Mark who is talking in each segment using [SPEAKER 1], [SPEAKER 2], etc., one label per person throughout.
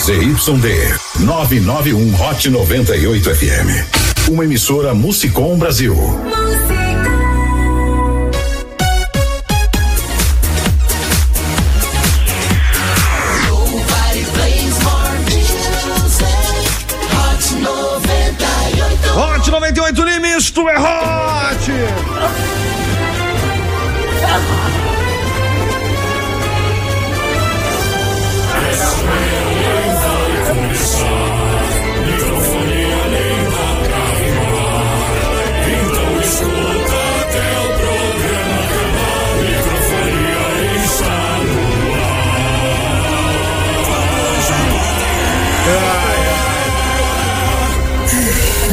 [SPEAKER 1] ZYD 991 Hot 98 FM. Uma emissora Musicom Brasil.
[SPEAKER 2] Hot 98 Limes, tu é hot!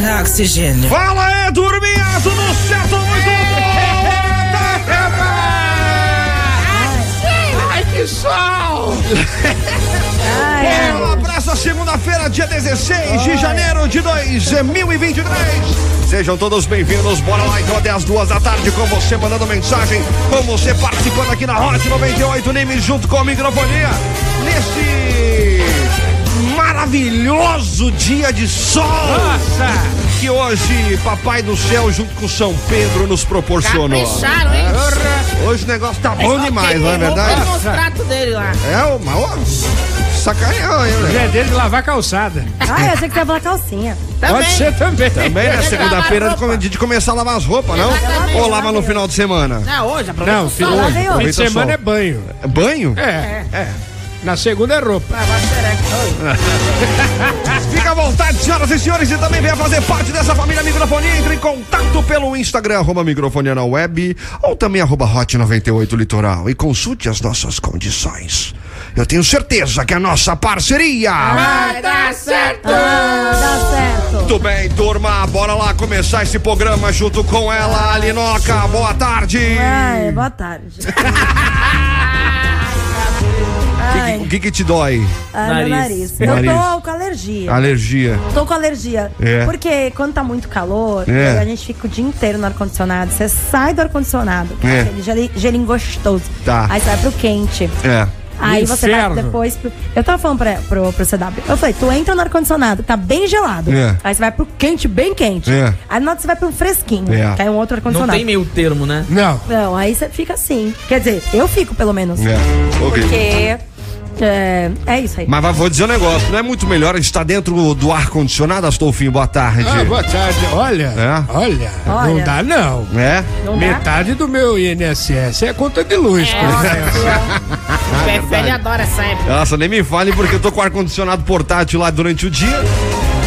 [SPEAKER 3] Ah, oxigênio.
[SPEAKER 2] Fala, é dormiado tudo certo, muito bom! Ai, que sol! Bola pra essa segunda-feira, dia 16 de janeiro de é, 2023. Sejam todos bem-vindos. Bora lá então até as duas da tarde com você mandando mensagem, com você participando aqui na Hot 98 Nimes junto com a microfonia. Nesse maravilhoso dia de sol. Que hoje Papai do Céu É junto com São Pedro nos proporcionou.
[SPEAKER 3] Capricharam, hein?
[SPEAKER 2] Hoje o negócio tá bom demais, não é verdade?
[SPEAKER 3] Os pratos dele lá.
[SPEAKER 2] É uma ó, sacanagem, hein, né?
[SPEAKER 4] É dele de lavar calçada.
[SPEAKER 5] Ah, eu achei que tava na calcinha.
[SPEAKER 3] Também.
[SPEAKER 4] Pode ser também.
[SPEAKER 2] Também né? na segunda-feira de come- de começar a lavar as roupas, não?
[SPEAKER 3] Exatamente.
[SPEAKER 2] Ou lava no final de semana?
[SPEAKER 3] Não, né, hoje, aproveita
[SPEAKER 4] Não,
[SPEAKER 3] o
[SPEAKER 4] filho,
[SPEAKER 3] sol.
[SPEAKER 5] hoje.
[SPEAKER 4] fim de
[SPEAKER 2] Aproveita o
[SPEAKER 4] semana
[SPEAKER 2] sol.
[SPEAKER 4] é banho.
[SPEAKER 2] É Banho?
[SPEAKER 4] É, é. Na segunda é roupa.
[SPEAKER 2] Fica à vontade, senhoras e senhores, e também venha fazer parte dessa família Microfonia. Entre em contato pelo Instagram, arroba microfonia na web, ou também arroba hot 98 litoral e consulte as nossas condições. Eu tenho certeza que a nossa parceria...
[SPEAKER 3] Vai dar certo.
[SPEAKER 5] Ah, dá certo.
[SPEAKER 2] Muito bem, turma, bora lá começar esse programa junto com ela, Alinoca. Boa tarde.
[SPEAKER 5] Ai, boa tarde. Ai,
[SPEAKER 2] O que que te dói?
[SPEAKER 5] ai, meu nariz. Eu
[SPEAKER 2] Nariz.
[SPEAKER 5] tô com alergia.
[SPEAKER 2] Alergia.
[SPEAKER 5] Tô com alergia.
[SPEAKER 2] É.
[SPEAKER 5] Porque quando tá muito calor,
[SPEAKER 2] É.
[SPEAKER 5] a gente fica o dia inteiro no ar-condicionado. Você sai do ar-condicionado,
[SPEAKER 2] É.
[SPEAKER 5] aquele geli- gelinho gostoso.
[SPEAKER 2] Tá.
[SPEAKER 5] Aí você vai pro quente.
[SPEAKER 2] É.
[SPEAKER 5] Aí você vai
[SPEAKER 4] Inferno.
[SPEAKER 5] depois pro... Eu tava falando pra, pro, pro CW. Eu falei, tu entra no ar-condicionado, tá bem gelado.
[SPEAKER 2] É.
[SPEAKER 5] Aí você vai pro quente, bem quente.
[SPEAKER 2] É.
[SPEAKER 5] Aí na outra você vai pro fresquinho.
[SPEAKER 2] É.
[SPEAKER 5] Cai um outro
[SPEAKER 6] Não
[SPEAKER 5] ar-condicionado.
[SPEAKER 6] tem meio termo, né?
[SPEAKER 4] Não.
[SPEAKER 5] Não, aí você fica assim. Quer dizer, eu fico pelo menos.
[SPEAKER 2] É. Ok.
[SPEAKER 5] Porque. É, é isso aí.
[SPEAKER 2] Mas vai- vou dizer um negócio, não é muito melhor estar dentro do ar-condicionado, Astolfinho? Boa tarde.
[SPEAKER 4] Ah, boa tarde. Olha,
[SPEAKER 2] É?
[SPEAKER 4] olha,
[SPEAKER 5] Olha.
[SPEAKER 4] não dá não.
[SPEAKER 2] É?
[SPEAKER 5] Não dá?
[SPEAKER 4] Metade do meu INSS é conta de luz.
[SPEAKER 3] O PFL adora sempre.
[SPEAKER 2] Nossa, nem me fale porque eu tô com o ar-condicionado portátil lá durante o dia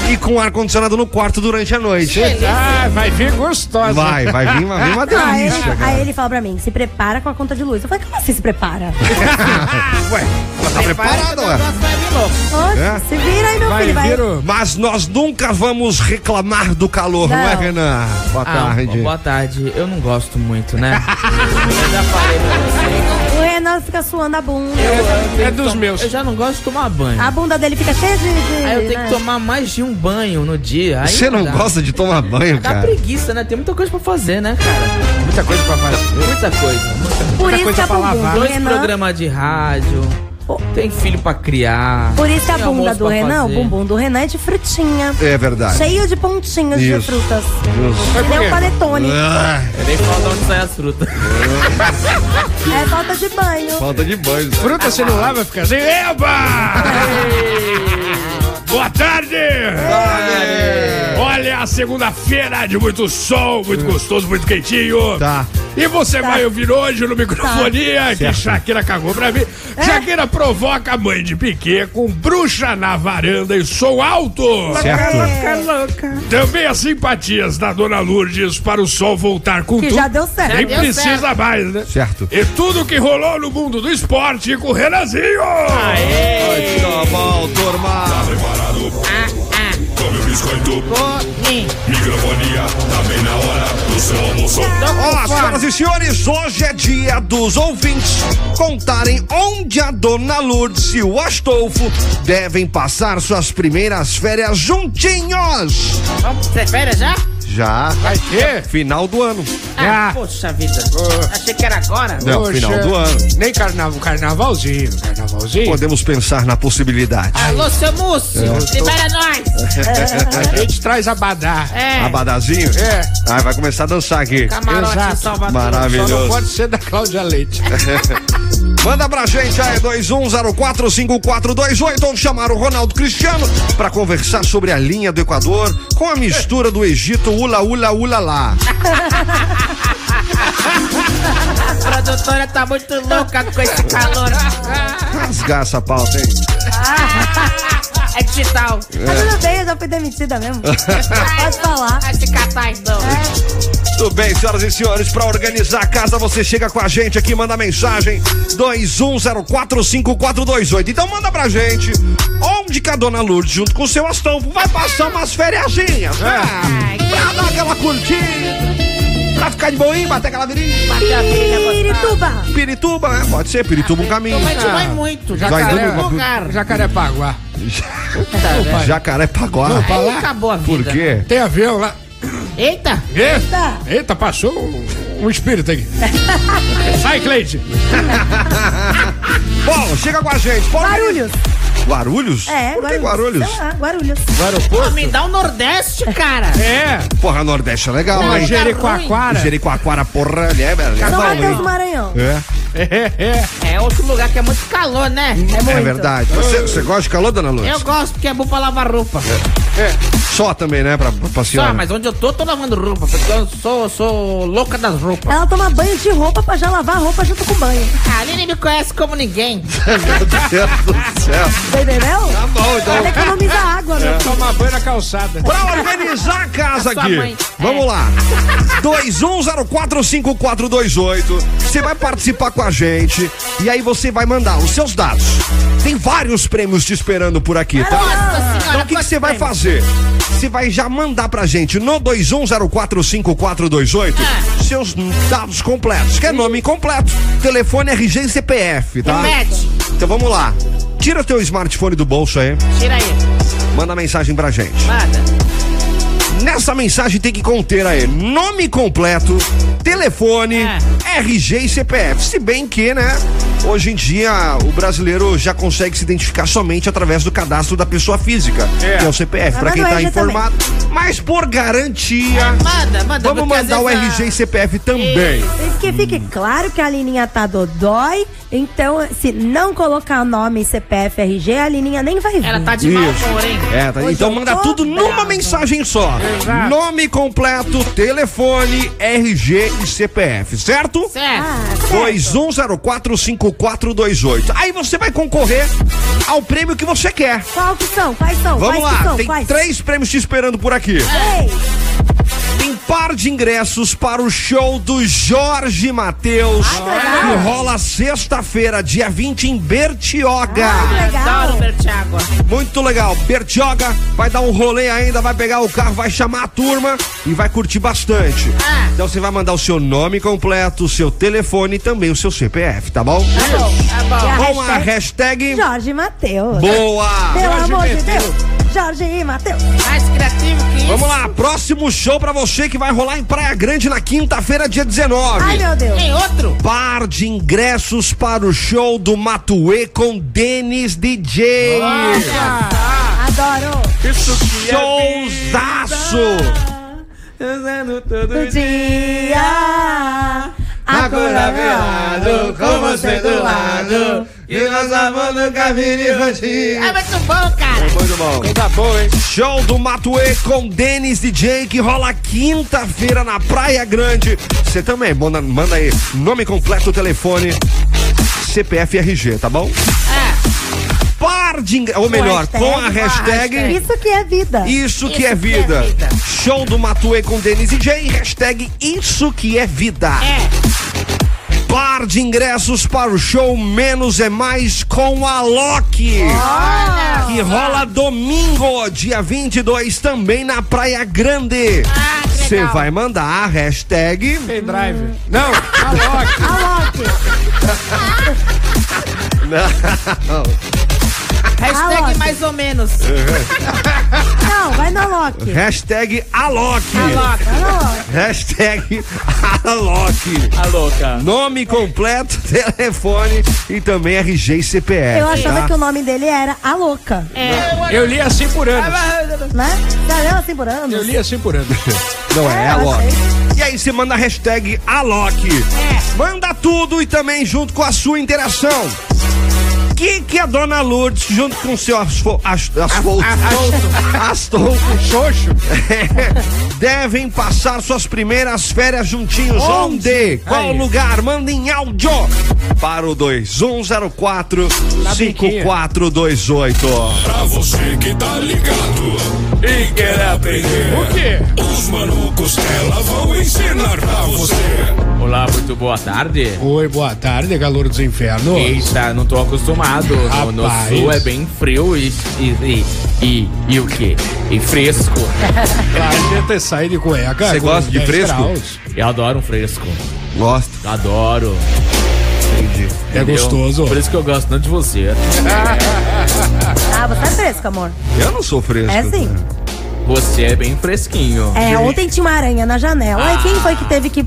[SPEAKER 2] e com o ar-condicionado no quarto durante a noite.
[SPEAKER 4] Ah, vai vir gostosa.
[SPEAKER 2] Vai, vai vir uma,
[SPEAKER 4] Ah,
[SPEAKER 2] vir uma
[SPEAKER 4] é?
[SPEAKER 5] Aí ele,
[SPEAKER 2] delícia, né? cara.
[SPEAKER 5] aí ele fala pra mim, se prepara com a conta de luz. Eu falei, como assim se prepara?
[SPEAKER 2] É? Ué, ela tá preparada,
[SPEAKER 3] O
[SPEAKER 2] ué.
[SPEAKER 3] negócio vai vir louco.
[SPEAKER 5] Oxe,
[SPEAKER 2] É?
[SPEAKER 5] Se vira aí, meu
[SPEAKER 4] Vai
[SPEAKER 5] filho. Vai.
[SPEAKER 4] vir o...
[SPEAKER 2] Mas nós nunca vamos reclamar do calor, não, é,
[SPEAKER 5] Não.
[SPEAKER 2] Renan? Boa
[SPEAKER 6] Ah,
[SPEAKER 2] tarde.
[SPEAKER 6] boa tarde. Eu não gosto muito, né? eu já falei né? pra você.
[SPEAKER 5] O Renan fica suando a bunda.
[SPEAKER 6] Eu- eu tenho
[SPEAKER 4] É
[SPEAKER 6] que
[SPEAKER 4] dos
[SPEAKER 6] tom-
[SPEAKER 4] meus.
[SPEAKER 6] Eu já não gosto de tomar banho.
[SPEAKER 5] A bunda dele fica cheia de. de-
[SPEAKER 6] Aí eu tenho
[SPEAKER 5] Ah, né?
[SPEAKER 6] que tomar mais de um banho no dia. Aí
[SPEAKER 2] Você não
[SPEAKER 6] dá.
[SPEAKER 2] gosta de tomar banho,
[SPEAKER 6] Dá
[SPEAKER 2] cara?
[SPEAKER 6] preguiça, né? Tem muita coisa pra fazer, né, cara?
[SPEAKER 4] Muita coisa pra fazer.
[SPEAKER 6] Muita coisa.
[SPEAKER 5] Por isso
[SPEAKER 4] coisa
[SPEAKER 5] que a
[SPEAKER 4] pra
[SPEAKER 5] bunda
[SPEAKER 4] lavar.
[SPEAKER 5] do
[SPEAKER 6] Dois
[SPEAKER 5] Renan.
[SPEAKER 6] programas de rádio.
[SPEAKER 5] Oh.
[SPEAKER 6] Tem filho pra criar.
[SPEAKER 5] Por isso que a
[SPEAKER 6] tem
[SPEAKER 5] bunda
[SPEAKER 6] almoço
[SPEAKER 5] do
[SPEAKER 6] pra
[SPEAKER 5] Renan, o
[SPEAKER 6] fazer.
[SPEAKER 5] bumbum do Renan é de frutinha.
[SPEAKER 2] É verdade.
[SPEAKER 5] Cheio de pontinhos de
[SPEAKER 2] Isso.
[SPEAKER 5] frutas.
[SPEAKER 2] Isso.
[SPEAKER 5] Ele é um
[SPEAKER 4] quê?
[SPEAKER 5] panetone.
[SPEAKER 2] Ah,
[SPEAKER 6] Eu nem falo de onde sai as frutas.
[SPEAKER 5] É falta de banho.
[SPEAKER 2] falta de banho. isso aí.
[SPEAKER 4] Fruta você não lava, fica assim. Eba! boa tarde! Olha a segunda-feira de muito sol, muito gostoso, muito quentinho.
[SPEAKER 2] Tá.
[SPEAKER 4] E você vai ouvir hoje no microfonia que Shakira cagou pra mim. Shakira provoca a mãe de Piquet com bruxa na varanda e som alto.
[SPEAKER 5] É,
[SPEAKER 2] Certo.
[SPEAKER 4] Também as simpatias da dona Lourdes para o sol voltar com
[SPEAKER 5] Que
[SPEAKER 4] tudo.
[SPEAKER 5] já deu certo.
[SPEAKER 4] Nem precisa mais, né?
[SPEAKER 2] Certo.
[SPEAKER 4] E tudo que rolou no mundo do esporte com o Renanzinho.
[SPEAKER 2] Ai, tá bom, turma. Ó, senhoras e senhores, hoje é dia dos ouvintes contarem onde a dona Lourdes e o Astolfo devem passar suas primeiras férias juntinhos.
[SPEAKER 3] Vamos ter férias já?
[SPEAKER 2] Já.
[SPEAKER 4] Vai ter?
[SPEAKER 2] Final do ano.
[SPEAKER 3] Ah, poxa vida. Achei que era agora.
[SPEAKER 2] Não,
[SPEAKER 4] Poxa.
[SPEAKER 2] final do ano.
[SPEAKER 4] Nem carnaval, carnavalzinho, carnavalzinho.
[SPEAKER 2] Podemos pensar na possibilidade.
[SPEAKER 3] Alô, seu Múcio, libera nós.
[SPEAKER 4] A gente traz abadá.
[SPEAKER 3] É,
[SPEAKER 2] Abadazinho?
[SPEAKER 4] É.
[SPEAKER 2] Ah, vai começar a dançar aqui.
[SPEAKER 3] camarote
[SPEAKER 4] Exato.
[SPEAKER 3] em Salvador.
[SPEAKER 4] Só não
[SPEAKER 2] Maravilhoso.
[SPEAKER 4] pode ser da Cláudia Leite.
[SPEAKER 2] Manda pra gente aí, 21045428 ou chamar o Ronaldo Cristiano pra conversar sobre a linha do Equador com a mistura do Egito ula ula ula lá.
[SPEAKER 3] A produtora tá muito louca com esse calor.
[SPEAKER 2] Rasgar essa pauta, hein?
[SPEAKER 3] É digital.
[SPEAKER 5] Tá tudo bem, eu já fui demitida mesmo. Pode falar.
[SPEAKER 3] Vai se catar então.
[SPEAKER 2] Tudo bem, senhoras e senhores, pra organizar a casa, você chega com a gente aqui, manda mensagem 21045428. Então manda pra gente onde que a dona Lourdes, junto com o seu Astampo, vai passar umas feriazinhas, né?
[SPEAKER 3] Ai,
[SPEAKER 2] Pra dar aquela curtida, pra ficar de boinha, bater aquela virilha.
[SPEAKER 5] Pirituba.
[SPEAKER 2] Pirituba, né? Pode ser, Pirituba um caminho.
[SPEAKER 3] Mas
[SPEAKER 5] é
[SPEAKER 3] te vai muito. Já
[SPEAKER 2] Vai
[SPEAKER 3] tá
[SPEAKER 2] dando
[SPEAKER 3] em
[SPEAKER 2] uma-
[SPEAKER 3] lugar.
[SPEAKER 4] Jacarepaguá.
[SPEAKER 2] Ah, Jacaré Paguá.
[SPEAKER 3] Aí acabou a
[SPEAKER 2] Por
[SPEAKER 3] vida.
[SPEAKER 2] quê?
[SPEAKER 4] Tem avião lá.
[SPEAKER 3] Eita,
[SPEAKER 4] Eita, Eita passou um, um espírito aqui. Sai, Cleide.
[SPEAKER 2] Bom, chega com a gente. Pode...
[SPEAKER 5] Guarulhos.
[SPEAKER 2] Guarulhos?
[SPEAKER 5] É,
[SPEAKER 2] Por que
[SPEAKER 5] Guarulhos.
[SPEAKER 2] Guarulhos?
[SPEAKER 5] Sei lá, Guarulhos.
[SPEAKER 3] pô, me dá o Nordeste, cara.
[SPEAKER 4] É,
[SPEAKER 2] Porra, Nordeste é legal,
[SPEAKER 3] Não,
[SPEAKER 2] mas.
[SPEAKER 3] Ge-
[SPEAKER 4] Jericoacoara.
[SPEAKER 2] Jericoacoara, porra, ali é, velho.
[SPEAKER 5] São
[SPEAKER 2] é,
[SPEAKER 5] Mateus do
[SPEAKER 2] maluco.
[SPEAKER 5] Maranhão.
[SPEAKER 2] é,
[SPEAKER 4] É, é.
[SPEAKER 3] É outro lugar que é muito calor, né?
[SPEAKER 5] É, muito.
[SPEAKER 2] é verdade. Você, você gosta de calor, dona Lourdes?
[SPEAKER 3] Eu gosto porque é bom pra lavar roupa.
[SPEAKER 2] Só também, né? Pra, pra senhora.
[SPEAKER 3] Só, mas onde eu tô, tô lavando roupa. Porque eu sou, sou louca das roupas.
[SPEAKER 5] Ela toma banho de roupa pra já lavar a roupa junto com o banho.
[SPEAKER 3] A Ah, Aline me conhece como ninguém.
[SPEAKER 2] Meu Deus do céu.
[SPEAKER 5] Tá entendeu?
[SPEAKER 2] Tá bom, então.
[SPEAKER 5] Ela economiza água,
[SPEAKER 2] É.
[SPEAKER 5] meu.
[SPEAKER 4] Tomar banho na calçada.
[SPEAKER 2] Pra organizar a casa
[SPEAKER 3] A sua
[SPEAKER 2] aqui.
[SPEAKER 3] mãe. É.
[SPEAKER 2] Vamos lá. 21045428. Você vai participar com a gente e aí você vai mandar os seus dados. Tem vários prêmios te esperando por aqui, tá?
[SPEAKER 3] Nossa senhora,
[SPEAKER 2] Então o que que você vai
[SPEAKER 3] quantos
[SPEAKER 2] fazer? Você vai já mandar pra gente no 21045428
[SPEAKER 3] Ah.
[SPEAKER 2] seus dados completos, que é nome completo, telefone RG e CPF, tá?
[SPEAKER 3] prêmios? Repete,
[SPEAKER 2] Então vamos lá. Tira teu smartphone do bolso aí,
[SPEAKER 3] tira aí.
[SPEAKER 2] manda mensagem pra gente.
[SPEAKER 3] Manda.
[SPEAKER 2] Nessa mensagem tem que conter aí nome completo, telefone,
[SPEAKER 3] É.
[SPEAKER 2] RG e CPF. Se bem que, né, hoje em dia o brasileiro já consegue se identificar somente através do cadastro da pessoa física, que é o CPF,
[SPEAKER 5] Mas
[SPEAKER 2] pra quem
[SPEAKER 5] manda o
[SPEAKER 2] tá
[SPEAKER 5] RG também. Ah,
[SPEAKER 2] informado. Mas por garantia,
[SPEAKER 3] Manda, manda.
[SPEAKER 2] vamos
[SPEAKER 3] porque às
[SPEAKER 2] mandar o
[SPEAKER 3] vezes a-
[SPEAKER 2] RG e CPF também.
[SPEAKER 5] Isso que fique claro que a Lininha tá dodói, então se não colocar nome e CPF RG, a Lininha nem vai vir.
[SPEAKER 3] Ela tá de mau humor, hein?
[SPEAKER 2] É, tá-
[SPEAKER 5] Hoje
[SPEAKER 2] então
[SPEAKER 5] eu
[SPEAKER 2] manda
[SPEAKER 5] tô
[SPEAKER 2] tudo numa
[SPEAKER 5] brava.
[SPEAKER 2] mensagem só.
[SPEAKER 4] Exato.
[SPEAKER 2] Nome completo, telefone, RG e CPF, certo?
[SPEAKER 3] Certo.
[SPEAKER 5] Ah, certo.
[SPEAKER 2] 21045428. Aí você vai concorrer ao prêmio que você quer.
[SPEAKER 5] Qual que são? Quais são?
[SPEAKER 2] Vamos
[SPEAKER 5] Quais que
[SPEAKER 2] lá,
[SPEAKER 5] são?
[SPEAKER 2] tem
[SPEAKER 5] Quais?
[SPEAKER 2] três prêmios te esperando por aqui.
[SPEAKER 5] Ei,
[SPEAKER 2] Tem par de ingressos para o show do Jorge Matheus,
[SPEAKER 5] Ah, legal.
[SPEAKER 2] que rola sexta-feira, dia 20, em Bertioga.
[SPEAKER 3] Tá,
[SPEAKER 5] Ah, legal.
[SPEAKER 3] Adoro ver Thiago.
[SPEAKER 2] Muito legal. Bertioga vai dar um rolê ainda, vai pegar o carro, vai chamar a turma e vai curtir bastante.
[SPEAKER 3] Ah.
[SPEAKER 2] Então você vai mandar o seu nome completo, o seu telefone e também o seu CPF, tá bom?
[SPEAKER 3] Tá bom, tá bom.
[SPEAKER 2] Com a hashtag
[SPEAKER 5] é Jorge Matheus.
[SPEAKER 2] boa.
[SPEAKER 5] Pelo
[SPEAKER 4] Jorge
[SPEAKER 5] amor de
[SPEAKER 4] Mateus.
[SPEAKER 5] Deus. Jorge e Matheus.
[SPEAKER 3] Mais criativo que isso.
[SPEAKER 2] Vamos lá, próximo show pra você que vai rolar em Praia Grande na quinta-feira, dia
[SPEAKER 5] Ai,
[SPEAKER 2] 19.
[SPEAKER 5] meu Deus.
[SPEAKER 3] Tem outro?
[SPEAKER 2] Par de ingressos para o show do Matuê com Denis DJ.
[SPEAKER 5] Adoro.
[SPEAKER 4] Isso que
[SPEAKER 2] Showzaço!
[SPEAKER 6] Dançando todo
[SPEAKER 5] Do dia. Agora verado, com você do lado.
[SPEAKER 6] E nós amando Gavini Rotinho.
[SPEAKER 3] É muito bom, cara.
[SPEAKER 2] Muito bom.
[SPEAKER 4] Tá bom, hein?
[SPEAKER 2] Show do Matuê com Denis DJ que rola quinta-feira na Praia Grande. Você também manda, manda aí nome completo, telefone, CPF e RG, tá bom?
[SPEAKER 3] É.
[SPEAKER 2] Par de ingressos, ou melhor,
[SPEAKER 5] hashtag,
[SPEAKER 2] com a
[SPEAKER 5] com a
[SPEAKER 2] hashtag
[SPEAKER 5] Isso que é vida.
[SPEAKER 3] Isso
[SPEAKER 2] Isso que é
[SPEAKER 3] que
[SPEAKER 2] vida.
[SPEAKER 3] é vida.
[SPEAKER 2] Show do Matuê com Denis DJ, hashtag Isso que é vida.
[SPEAKER 3] É.
[SPEAKER 2] Par de ingressos para o show Menos é Mais com a Loki. Que rola domingo, dia 22, também na Praia Grande.
[SPEAKER 3] Ah, que
[SPEAKER 2] Você
[SPEAKER 3] legal.
[SPEAKER 2] vai mandar a hashtag.
[SPEAKER 4] Pendrive. Não, a Loki.
[SPEAKER 5] Alok.
[SPEAKER 3] Hashtag
[SPEAKER 5] Alô,
[SPEAKER 3] mais mais ou menos.
[SPEAKER 5] Não, vai na Loki.
[SPEAKER 2] Hashtag Alok.
[SPEAKER 3] Alok.
[SPEAKER 5] Vai na Loki.
[SPEAKER 2] Hashtag Alok.
[SPEAKER 6] A louca.
[SPEAKER 2] Nome completo, telefone e também RG e CPF.
[SPEAKER 5] Eu achava
[SPEAKER 2] tá?
[SPEAKER 5] que o nome dele era A Louca,
[SPEAKER 3] É.
[SPEAKER 4] Eu li assim por anos.
[SPEAKER 5] né? Tá lendo assim por anos?
[SPEAKER 4] Eu li assim por anos.
[SPEAKER 2] Não é,
[SPEAKER 5] É,
[SPEAKER 2] Alok.
[SPEAKER 5] eu
[SPEAKER 2] E aí você manda a hashtag Alok.
[SPEAKER 5] É.
[SPEAKER 2] Manda tudo e também junto com a sua interação. O que, que a dona Lourdes, junto com o seu asfo, as, asfalto, Astolfo,
[SPEAKER 4] Xoxo.
[SPEAKER 2] é, devem passar suas primeiras férias juntinhos. Onde?
[SPEAKER 4] Onde?
[SPEAKER 5] É
[SPEAKER 2] Qual
[SPEAKER 4] Aí.
[SPEAKER 2] lugar? Manda em áudio para o 2104
[SPEAKER 5] Tá
[SPEAKER 2] 5428.
[SPEAKER 1] Pra você que tá ligado e quer aprender.
[SPEAKER 4] O quê?
[SPEAKER 1] Os malucos dela vão ensinar pra você.
[SPEAKER 6] Olá, muito boa tarde.
[SPEAKER 4] Oi, boa tarde, calor dos infernos.
[SPEAKER 6] Eita, tá, não tô acostumado. No, no
[SPEAKER 4] Rapaz.
[SPEAKER 6] sul é bem frio e. e, e, e, e o quê? E fresco.
[SPEAKER 4] Pra gente sair de cueca.
[SPEAKER 2] Você
[SPEAKER 4] com
[SPEAKER 2] gosta de
[SPEAKER 4] 10
[SPEAKER 2] fresco?
[SPEAKER 4] graus.
[SPEAKER 6] Eu adoro um fresco.
[SPEAKER 2] Gosto.
[SPEAKER 6] Adoro.
[SPEAKER 4] É
[SPEAKER 6] entendeu?
[SPEAKER 4] gostoso.
[SPEAKER 6] Por isso que eu gosto tanto de você.
[SPEAKER 5] Ah, você é fresco, amor.
[SPEAKER 2] Eu não sou fresco.
[SPEAKER 5] É sim.
[SPEAKER 6] Você é bem fresquinho.
[SPEAKER 5] É, ontem tinha uma aranha na janela. Ai, quem foi que teve que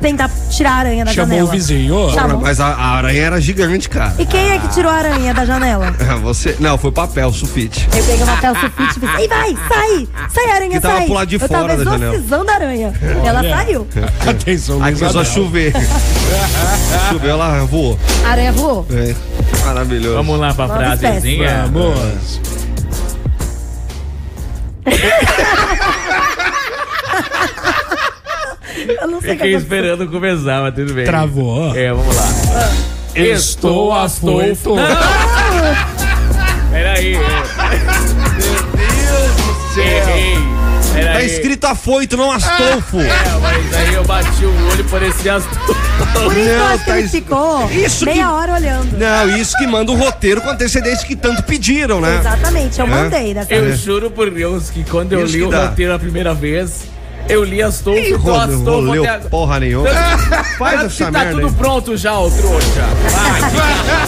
[SPEAKER 5] tentar tirar a aranha da
[SPEAKER 4] Chamou
[SPEAKER 5] janela?
[SPEAKER 4] o vizinho.
[SPEAKER 5] Chamou.
[SPEAKER 2] Mas a, a aranha era gigante, cara. É,
[SPEAKER 5] E quem é que tirou a aranha da janela?
[SPEAKER 2] Você. Não, foi papel, sulfite.
[SPEAKER 5] Eu peguei uma tela sulfite e falei, "Ei, vai, sai, sai aranha,
[SPEAKER 2] Que tava
[SPEAKER 5] sai.
[SPEAKER 2] pro lado de
[SPEAKER 5] eu
[SPEAKER 2] fora
[SPEAKER 5] tava
[SPEAKER 2] da janela.
[SPEAKER 5] exorcizando a aranha. Ela saiu.
[SPEAKER 4] Atenção,
[SPEAKER 2] Aí
[SPEAKER 4] Luiz
[SPEAKER 2] começou a
[SPEAKER 4] Abel.
[SPEAKER 2] chover. Choveu, ela voou.
[SPEAKER 5] A aranha voou.
[SPEAKER 2] É. Maravilhoso.
[SPEAKER 6] Vamos lá pra
[SPEAKER 5] Vamos
[SPEAKER 6] frasezinha.
[SPEAKER 4] Vamos.
[SPEAKER 5] Eu não sei o que
[SPEAKER 6] Fiquei
[SPEAKER 5] aconteceu.
[SPEAKER 6] esperando começar, mas tudo bem.
[SPEAKER 4] Travou.
[SPEAKER 6] É, vamos lá.
[SPEAKER 4] Estou afoito.
[SPEAKER 6] Peraí. Meu Deus do céu. Errei. Peraí.
[SPEAKER 2] Tá escrito afoito, não astolfo.
[SPEAKER 6] É, mas aí eu bati o olho e parecia as
[SPEAKER 5] Por isso eu
[SPEAKER 2] Não,
[SPEAKER 5] acho que
[SPEAKER 2] tá
[SPEAKER 5] ele
[SPEAKER 2] es-
[SPEAKER 5] ficou
[SPEAKER 2] Isso
[SPEAKER 5] meia
[SPEAKER 2] que-
[SPEAKER 5] hora olhando.
[SPEAKER 2] Não, isso que manda o roteiro com antecedência que tanto pediram, né?
[SPEAKER 5] Exatamente, eu mandei dessa
[SPEAKER 6] Eu
[SPEAKER 5] vez.
[SPEAKER 6] juro por Deus que quando eu
[SPEAKER 2] Isso
[SPEAKER 6] li
[SPEAKER 2] que
[SPEAKER 6] o
[SPEAKER 2] dá.
[SPEAKER 6] roteiro a primeira vez, eu li as
[SPEAKER 2] Ih,
[SPEAKER 6] toucas,
[SPEAKER 2] Rô,
[SPEAKER 6] as
[SPEAKER 2] não
[SPEAKER 6] toucas
[SPEAKER 2] leu
[SPEAKER 6] até agora.
[SPEAKER 2] porra nenhuma. Faz
[SPEAKER 6] Tanto que
[SPEAKER 2] essa
[SPEAKER 6] tá
[SPEAKER 2] merda.
[SPEAKER 6] tudo
[SPEAKER 2] aí.
[SPEAKER 6] pronto já, ô trouxa. Vai, vai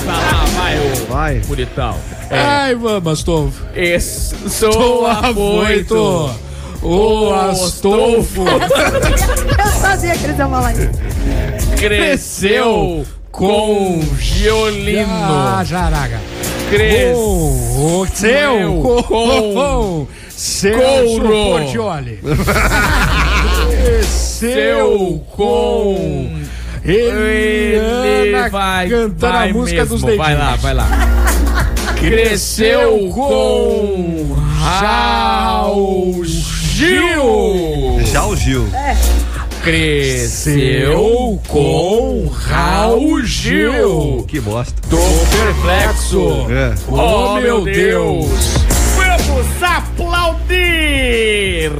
[SPEAKER 6] lá, vai, ô
[SPEAKER 2] Vai.
[SPEAKER 6] bonitão.
[SPEAKER 4] Ai, vamos, Astolfo.
[SPEAKER 6] É, estou
[SPEAKER 4] Estou
[SPEAKER 6] afoito.
[SPEAKER 4] afoito. O Astolfo
[SPEAKER 5] Eu sabia que eles iam falar isso.
[SPEAKER 6] cresceu com
[SPEAKER 4] Ah,
[SPEAKER 6] violino.
[SPEAKER 4] Jaraga.
[SPEAKER 6] Cresceu.
[SPEAKER 4] O seu
[SPEAKER 6] Meu.
[SPEAKER 4] com seu
[SPEAKER 6] Couro.
[SPEAKER 4] Portioli. Seu com
[SPEAKER 6] Ele
[SPEAKER 4] Eliana
[SPEAKER 6] vai,
[SPEAKER 4] cantando
[SPEAKER 6] vai
[SPEAKER 4] a música
[SPEAKER 6] mesmo.
[SPEAKER 4] dos dedinhos.
[SPEAKER 6] Vai lá, vai lá. Cresceu com Raul Gil.
[SPEAKER 2] Já o Gil.
[SPEAKER 6] É. Cresceu com Raul Gil.
[SPEAKER 2] Que bosta.
[SPEAKER 6] Do perplexo.
[SPEAKER 2] É.
[SPEAKER 6] Oh, meu Deus. Vamos aplaudir.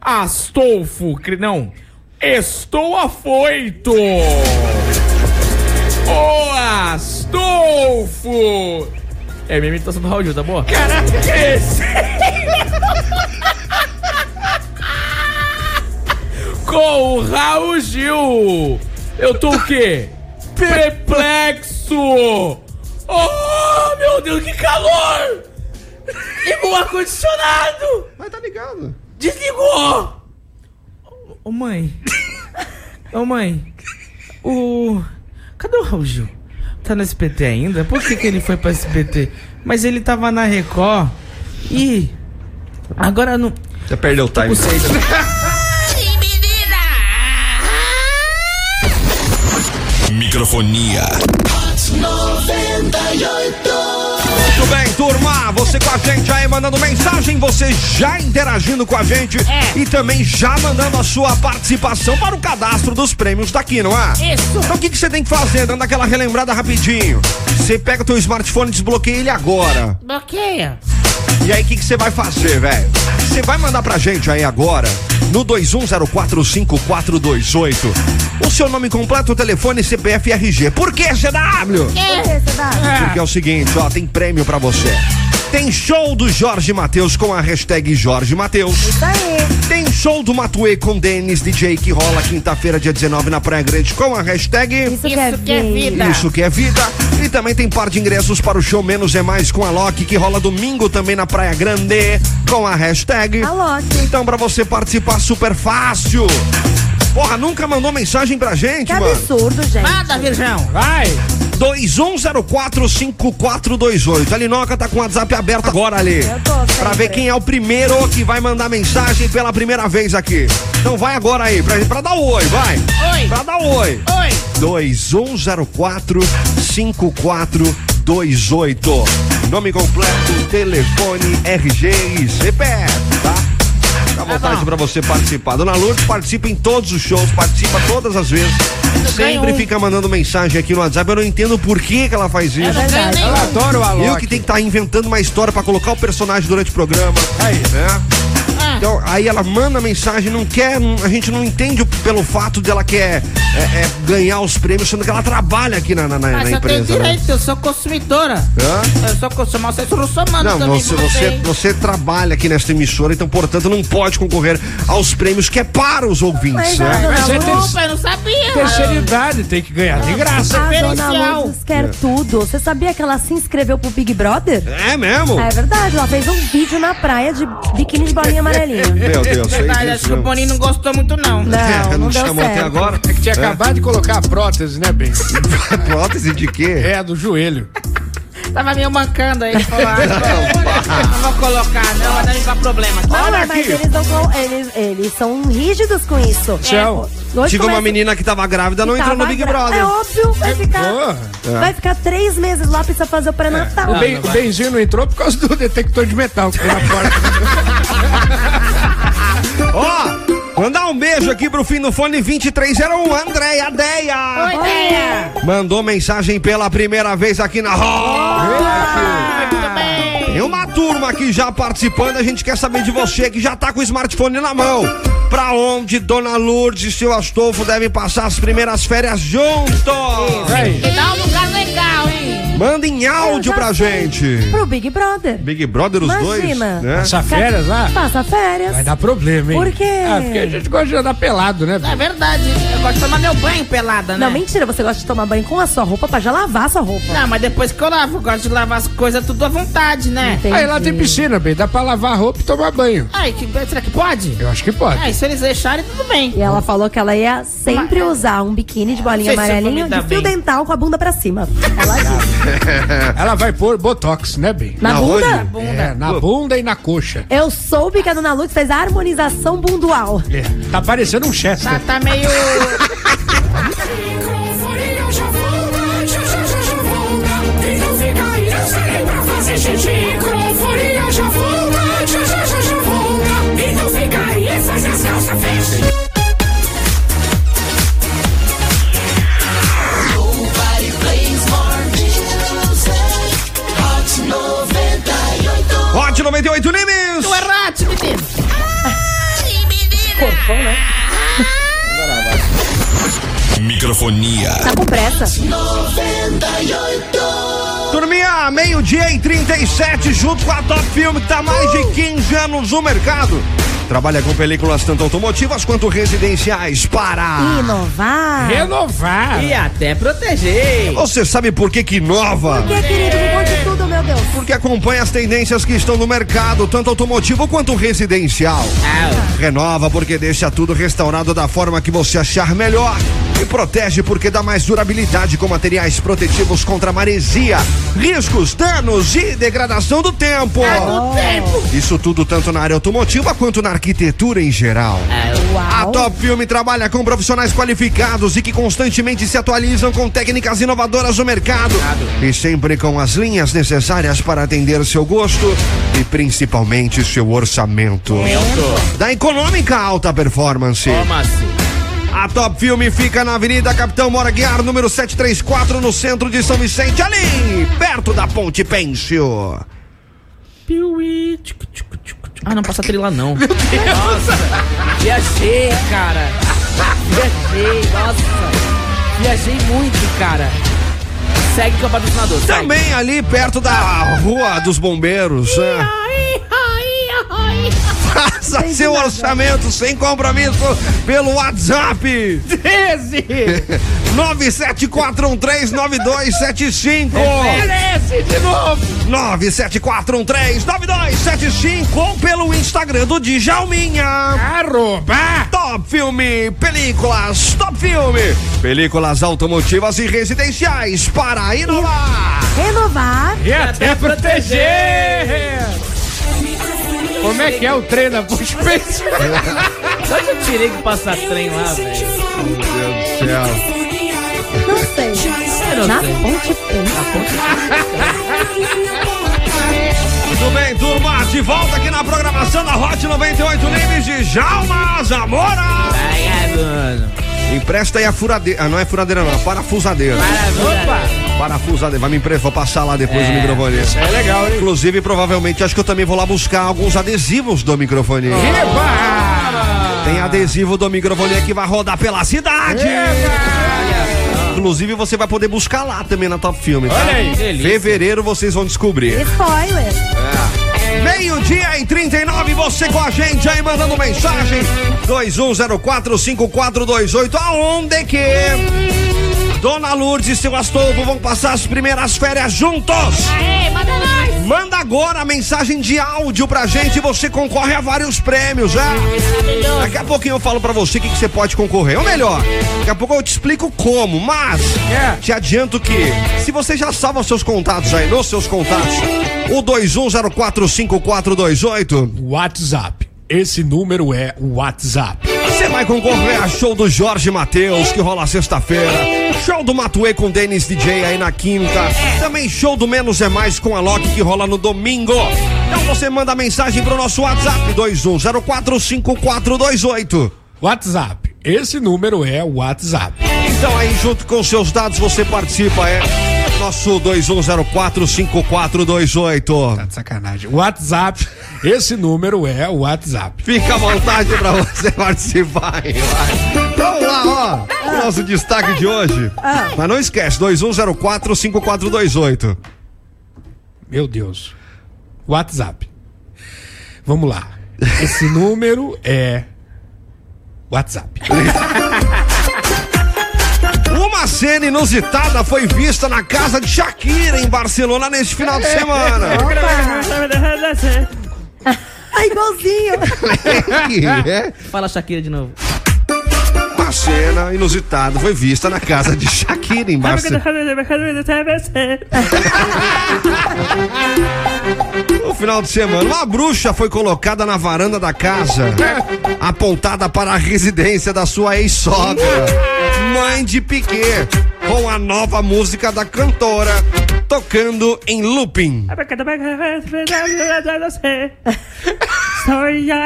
[SPEAKER 6] Astolfo, cre- não. Estou afoito. O Astolfo. É minha imitação do Raul Gil, tá boa? Caraca, esse. Com o Raul Gil. Eu tô o quê? Perplexo. Oh, meu Deus, que calor. Ligou o ar-condicionado.
[SPEAKER 2] Mas tá ligado.
[SPEAKER 6] Desligou! Ô mãe. Ô mãe. O. Cadê o Raul Gil? Tá no SBT ainda? Por que, que ele foi pra SBT? Mas ele tava na Record. E. Agora não.
[SPEAKER 2] Já perdeu o time.
[SPEAKER 1] Microfonia.
[SPEAKER 2] Muito bem, turma, você com a gente aí mandando mensagem, você já interagindo com a gente e também já mandando a sua participação para o cadastro dos prêmios daqui, não é? Isso. Então o que, que você tem que fazer? Dando aquela relembrada rapidinho. Você pega o teu smartphone e desbloqueia ele agora.
[SPEAKER 3] Bloqueia.
[SPEAKER 2] E aí, o que, que você vai fazer, velho? Você vai mandar pra gente aí agora, no 21045428, o seu nome completo, telefone, CPF e RG. Por que, CW?
[SPEAKER 5] Por que você dá?
[SPEAKER 2] é Porque é o seguinte, ó, tem prêmio pra você. Tem show do Jorge Matheus com a hashtag Jorge Matheus.
[SPEAKER 5] Isso Tá aí.
[SPEAKER 2] Tem show do Matuê com Denis DJ que rola quinta-feira, dia 19, na Praia Grande com a hashtag
[SPEAKER 5] Isso, que é,
[SPEAKER 3] Isso que é
[SPEAKER 5] vida.
[SPEAKER 3] vida.
[SPEAKER 2] Isso que é vida. E também tem par de ingressos para o show Menos é Mais com a Loki, que rola domingo também na Praia Grande, com a hashtag.
[SPEAKER 5] Alok.
[SPEAKER 2] Então, pra você participar, super fácil. Porra, nunca mandou mensagem pra gente,
[SPEAKER 5] Que
[SPEAKER 2] mano.
[SPEAKER 5] absurdo, gente. Tá
[SPEAKER 3] Nada, virgão.
[SPEAKER 4] Vai!
[SPEAKER 2] 21045428. A Linoca tá com o WhatsApp aberto agora ali.
[SPEAKER 5] Eu tô, sempre.
[SPEAKER 2] Pra ver quem é o primeiro que vai mandar mensagem pela primeira vez aqui. Então vai agora aí, pra, pra dar o oi, vai.
[SPEAKER 3] Oi.
[SPEAKER 2] Pra dar o oi.
[SPEAKER 3] Oi.
[SPEAKER 2] um 21045428. Nome completo, telefone, RG e CPF, tá? Fica à vontade
[SPEAKER 3] bom.
[SPEAKER 2] pra você participar. Dona Lourdes participa em todos os shows, participa todas as vezes.
[SPEAKER 3] ganho
[SPEAKER 2] Sempre
[SPEAKER 3] um.
[SPEAKER 2] fica mandando mensagem aqui no WhatsApp. Eu não entendo por que, que ela faz isso.
[SPEAKER 3] Não ganho
[SPEAKER 5] verdade.
[SPEAKER 3] nenhum.
[SPEAKER 4] Adoro o Alok.
[SPEAKER 2] Eu que tem que estar inventando uma história pra colocar o personagem durante o programa. Aí, né?
[SPEAKER 3] Ah.
[SPEAKER 2] Então, aí ela manda mensagem, não quer, não- a gente não entende o- pelo fato dela quer é, é, ganhar os prêmios, sendo que ela trabalha aqui na, na, na- na
[SPEAKER 3] Mas eu Ah, tenho
[SPEAKER 2] empresa. Né?
[SPEAKER 3] direito, eu sou consumidora.
[SPEAKER 2] Hã?
[SPEAKER 3] Eu sou consumidora, vocês não sou mano
[SPEAKER 2] Não,
[SPEAKER 3] também.
[SPEAKER 2] você,
[SPEAKER 3] como
[SPEAKER 2] você,
[SPEAKER 3] vocês.
[SPEAKER 2] você trabalha aqui nesta emissora, então, portanto, não pode concorrer aos prêmios que é para os ouvintes,
[SPEAKER 5] Mas a
[SPEAKER 2] né?
[SPEAKER 5] dona
[SPEAKER 4] Mas você tem-
[SPEAKER 5] Lourdes,
[SPEAKER 3] Desculpa, eu não sabia.
[SPEAKER 4] Terceira idade, tem que ganhar de graça.
[SPEAKER 5] a Ah, dona
[SPEAKER 3] Diferencial.
[SPEAKER 5] Lourdes quer tudo. Você sabia que ela se inscreveu pro Big Brother?
[SPEAKER 2] É mesmo?
[SPEAKER 5] É verdade, ela fez um vídeo na praia de biquíni de bolinha amarelinha.
[SPEAKER 2] Meu Deus, é
[SPEAKER 3] Verdade, acho
[SPEAKER 2] isso
[SPEAKER 3] que o
[SPEAKER 2] mesmo.
[SPEAKER 3] Boninho não gostou muito, não.
[SPEAKER 5] Não,
[SPEAKER 2] É,
[SPEAKER 5] não,
[SPEAKER 2] não te
[SPEAKER 5] deu
[SPEAKER 2] chamou
[SPEAKER 5] certo.
[SPEAKER 2] até agora?
[SPEAKER 4] É que tinha acabado de colocar a prótese, né, Ben?
[SPEAKER 2] Prótese de quê?
[SPEAKER 4] É, do joelho.
[SPEAKER 3] Tava meio mancando aí. falou, ah, não, não vou colocar, não, vai dar me dar problema.
[SPEAKER 5] Não,
[SPEAKER 2] Olha
[SPEAKER 5] mas
[SPEAKER 2] aqui. É,
[SPEAKER 5] eles, não col- eles- eles são rígidos com isso.
[SPEAKER 4] Tchau.
[SPEAKER 5] Hoje
[SPEAKER 2] Tive uma
[SPEAKER 5] começa-
[SPEAKER 2] menina que tava grávida, não entrou no
[SPEAKER 5] Tava
[SPEAKER 2] Big
[SPEAKER 5] gra-
[SPEAKER 2] Brother. é.
[SPEAKER 5] É óbvio, vai ficar.
[SPEAKER 4] boa.
[SPEAKER 5] Vai ficar três meses lá, precisa fazer o pré-natal.
[SPEAKER 4] O, ben, o Benzinho não entrou por causa do detector de metal que tem na porta.
[SPEAKER 2] Ó, mandar um beijo aqui pro fim do fone 2301, Andréia Deia.
[SPEAKER 3] Oi, ideia.
[SPEAKER 2] um, Mandou mensagem pela primeira vez aqui na
[SPEAKER 3] Ah,
[SPEAKER 2] rádio.
[SPEAKER 3] tudo bem.
[SPEAKER 2] Tem uma turma aqui já participando, a gente quer saber de você que já tá com o smartphone na mão. Pra onde Dona Lourdes e seu Astolfo devem passar as primeiras férias juntos?
[SPEAKER 4] Vai.
[SPEAKER 3] Me dá um lugar legal, hein?
[SPEAKER 2] Manda em áudio
[SPEAKER 5] Eu já
[SPEAKER 2] pra
[SPEAKER 5] sei.
[SPEAKER 2] gente.
[SPEAKER 5] Pro Big Brother.
[SPEAKER 2] Big Brother os
[SPEAKER 5] Imagina.
[SPEAKER 2] dois, né?
[SPEAKER 4] Essa férias lá
[SPEAKER 5] Passa férias.
[SPEAKER 4] vai dar problema, hein?
[SPEAKER 5] Por quê?
[SPEAKER 4] Ah, porque a gente gosta de andar pelado, né?
[SPEAKER 3] É
[SPEAKER 4] velho?
[SPEAKER 3] verdade, eu gosto de tomar meu banho pelada, né?
[SPEAKER 5] Não, mentira, você gosta de tomar banho com a sua roupa pra já lavar a sua roupa.
[SPEAKER 3] Não, mas depois que eu lavo, eu gosto de lavar as coisas tudo à vontade, né?
[SPEAKER 5] Entendi.
[SPEAKER 4] Aí lá tem piscina, Ben. Dá pra lavar roupa e tomar banho.
[SPEAKER 3] Ai, que, será que pode?
[SPEAKER 4] Eu acho que pode.
[SPEAKER 3] Ai, se eles deixarem, tudo bem.
[SPEAKER 5] E ela falou que ela ia sempre usar um biquíni de bolinha
[SPEAKER 3] Não sei se eu vou
[SPEAKER 5] amarelinha
[SPEAKER 3] me dar
[SPEAKER 5] de fio
[SPEAKER 3] bem.
[SPEAKER 5] dental com a bunda pra cima. Ela disse.
[SPEAKER 4] Ela vai pôr botox, né, Ben?
[SPEAKER 5] Na
[SPEAKER 2] Na
[SPEAKER 5] bunda?
[SPEAKER 2] onde?
[SPEAKER 4] É, na É. bunda e na coxa.
[SPEAKER 5] Eu soube que a dona Lux fez a harmonização bundual.
[SPEAKER 4] É, tá parecendo um Chester.
[SPEAKER 3] Tá, tá meio.
[SPEAKER 7] Microfone, eu já volto, já, já, já, já volto. Quem não fica aí, eu saí pra fazer xixi. Microfone, eu já volto, já, já, já, já volto. Quem não fica aí, faz as calças, fecha.
[SPEAKER 2] Hot 98 Nimes!
[SPEAKER 3] Tô errado, menino.
[SPEAKER 1] Microfonia.
[SPEAKER 5] Tá com pressa.
[SPEAKER 2] Turminha, meio-dia e 37, junto com a Top Film, que tá há mais de 15 anos no mercado. Trabalha com películas tanto automotivas quanto residenciais para.
[SPEAKER 5] Inovar.
[SPEAKER 4] Renovar.
[SPEAKER 3] E até proteger.
[SPEAKER 2] Você sabe por que que inova?
[SPEAKER 5] Que querido, me conte tudo, meu Deus.
[SPEAKER 2] Porque acompanha as tendências que estão no mercado, tanto automotivo quanto residencial. Renova porque deixa tudo restaurado da forma que você achar melhor. E protege porque dá mais durabilidade com materiais protetivos contra maresia, riscos, danos e degradação do tempo.
[SPEAKER 3] tempo.
[SPEAKER 2] Isso tudo tanto na área automotiva quanto na arquitetura em geral. A
[SPEAKER 5] Uau.
[SPEAKER 2] Top Filme trabalha com profissionais qualificados e que constantemente se atualizam com técnicas inovadoras do mercado. E sempre com as linhas necessárias para atender seu gosto e principalmente seu orçamento. Da Econômica Alta Performance. A Top Filme fica na Avenida Capitão Mora Guiar, número 734, no centro de São Vicente, ali, perto da Ponte Pêncio.
[SPEAKER 3] Piuí. Tchucu, tchucu, tchucu, tchucu. Ah, não passa trilha, não. Meu Deus. Nossa. Viajei, cara. Viajei, nossa. Viajei muito, cara. Segue que é o patrocinador. segue.
[SPEAKER 2] Também ali perto da Rua dos Bombeiros. né? Faça seu orçamento sem compromisso pelo WhatsApp 974139275.
[SPEAKER 4] Merece de novo!
[SPEAKER 2] 974139275 ou pelo Instagram do Djalminha.
[SPEAKER 4] Arroba!
[SPEAKER 2] Top Filme Películas Top Filme Películas automotivas e residenciais para inovar
[SPEAKER 5] Renovar.
[SPEAKER 4] E até É. proteger! Como é que é o trem da Puxa
[SPEAKER 3] Só que eu tirei que passar trem lá, velho.
[SPEAKER 5] Não sei. Na ponte Pena.
[SPEAKER 2] Tudo bem, turma? De volta aqui na programação da Hot 98 Nimes de Jalma Zamora
[SPEAKER 3] Ai, mano.
[SPEAKER 2] Empresta aí a furadeira, ah, não é furadeira não, a parafusadeira
[SPEAKER 3] Maravilha.
[SPEAKER 2] Parafusadeira, vai me emprestar, vou passar lá depois do microfone
[SPEAKER 4] É legal, hein?
[SPEAKER 2] Inclusive, provavelmente, acho que eu também vou lá buscar alguns adesivos do microfone
[SPEAKER 4] Eba!
[SPEAKER 2] Tem adesivo do microfone que vai rodar pela cidade Inclusive, você vai poder buscar lá também na Top Filme, tá?
[SPEAKER 4] Olha aí!
[SPEAKER 2] Fevereiro vocês vão descobrir.
[SPEAKER 5] Spoiler.
[SPEAKER 2] Meio-dia e 39, você com a gente aí mandando mensagem. 21045428, aonde que? Dona Lourdes e seu Astolfo vão passar as primeiras férias juntos. Manda agora a mensagem de áudio pra gente, você concorre a vários prêmios, é? Daqui a pouquinho eu falo pra você o que, que você pode concorrer. Ou melhor, daqui a pouco eu te explico como, mas
[SPEAKER 4] É.
[SPEAKER 2] te adianto que se você já salva os seus contatos aí, nos seus contatos, o 21045428,
[SPEAKER 4] WhatsApp. Esse número é o WhatsApp.
[SPEAKER 2] você vai concorrer a show do Jorge Matheus, que rola sexta-feira. Show do Matuê com Denis DJ aí na quinta. Também show do Menos é Mais com a Loki que rola no domingo. Então você manda mensagem pro nosso WhatsApp 21045428.
[SPEAKER 4] WhatsApp. Esse número é o WhatsApp.
[SPEAKER 2] Então aí junto com seus dados você participa, é nosso 21045428.
[SPEAKER 4] Tá de sacanagem. WhatsApp. Esse número é o WhatsApp.
[SPEAKER 2] Fica à vontade pra você participar, hein? vai. Então lá, ó, o nosso destaque de hoje. Mas não esquece, 21045428.
[SPEAKER 4] Meu Deus. WhatsApp. Vamos lá. Esse número é WhatsApp.
[SPEAKER 2] Uma cena inusitada foi vista na casa de Shakira, em Barcelona, neste final de semana.
[SPEAKER 5] Ai, Tá igualzinho.
[SPEAKER 2] é?
[SPEAKER 3] Fala Shakira de novo.
[SPEAKER 2] Uma cena inusitada foi vista na casa de Shakira, em Barcelona. No final de semana, uma bruxa foi colocada na varanda da casa, apontada para a residência da sua ex-sogra, mãe de Piquet, com a nova música da cantora, tocando em looping.
[SPEAKER 8] Estou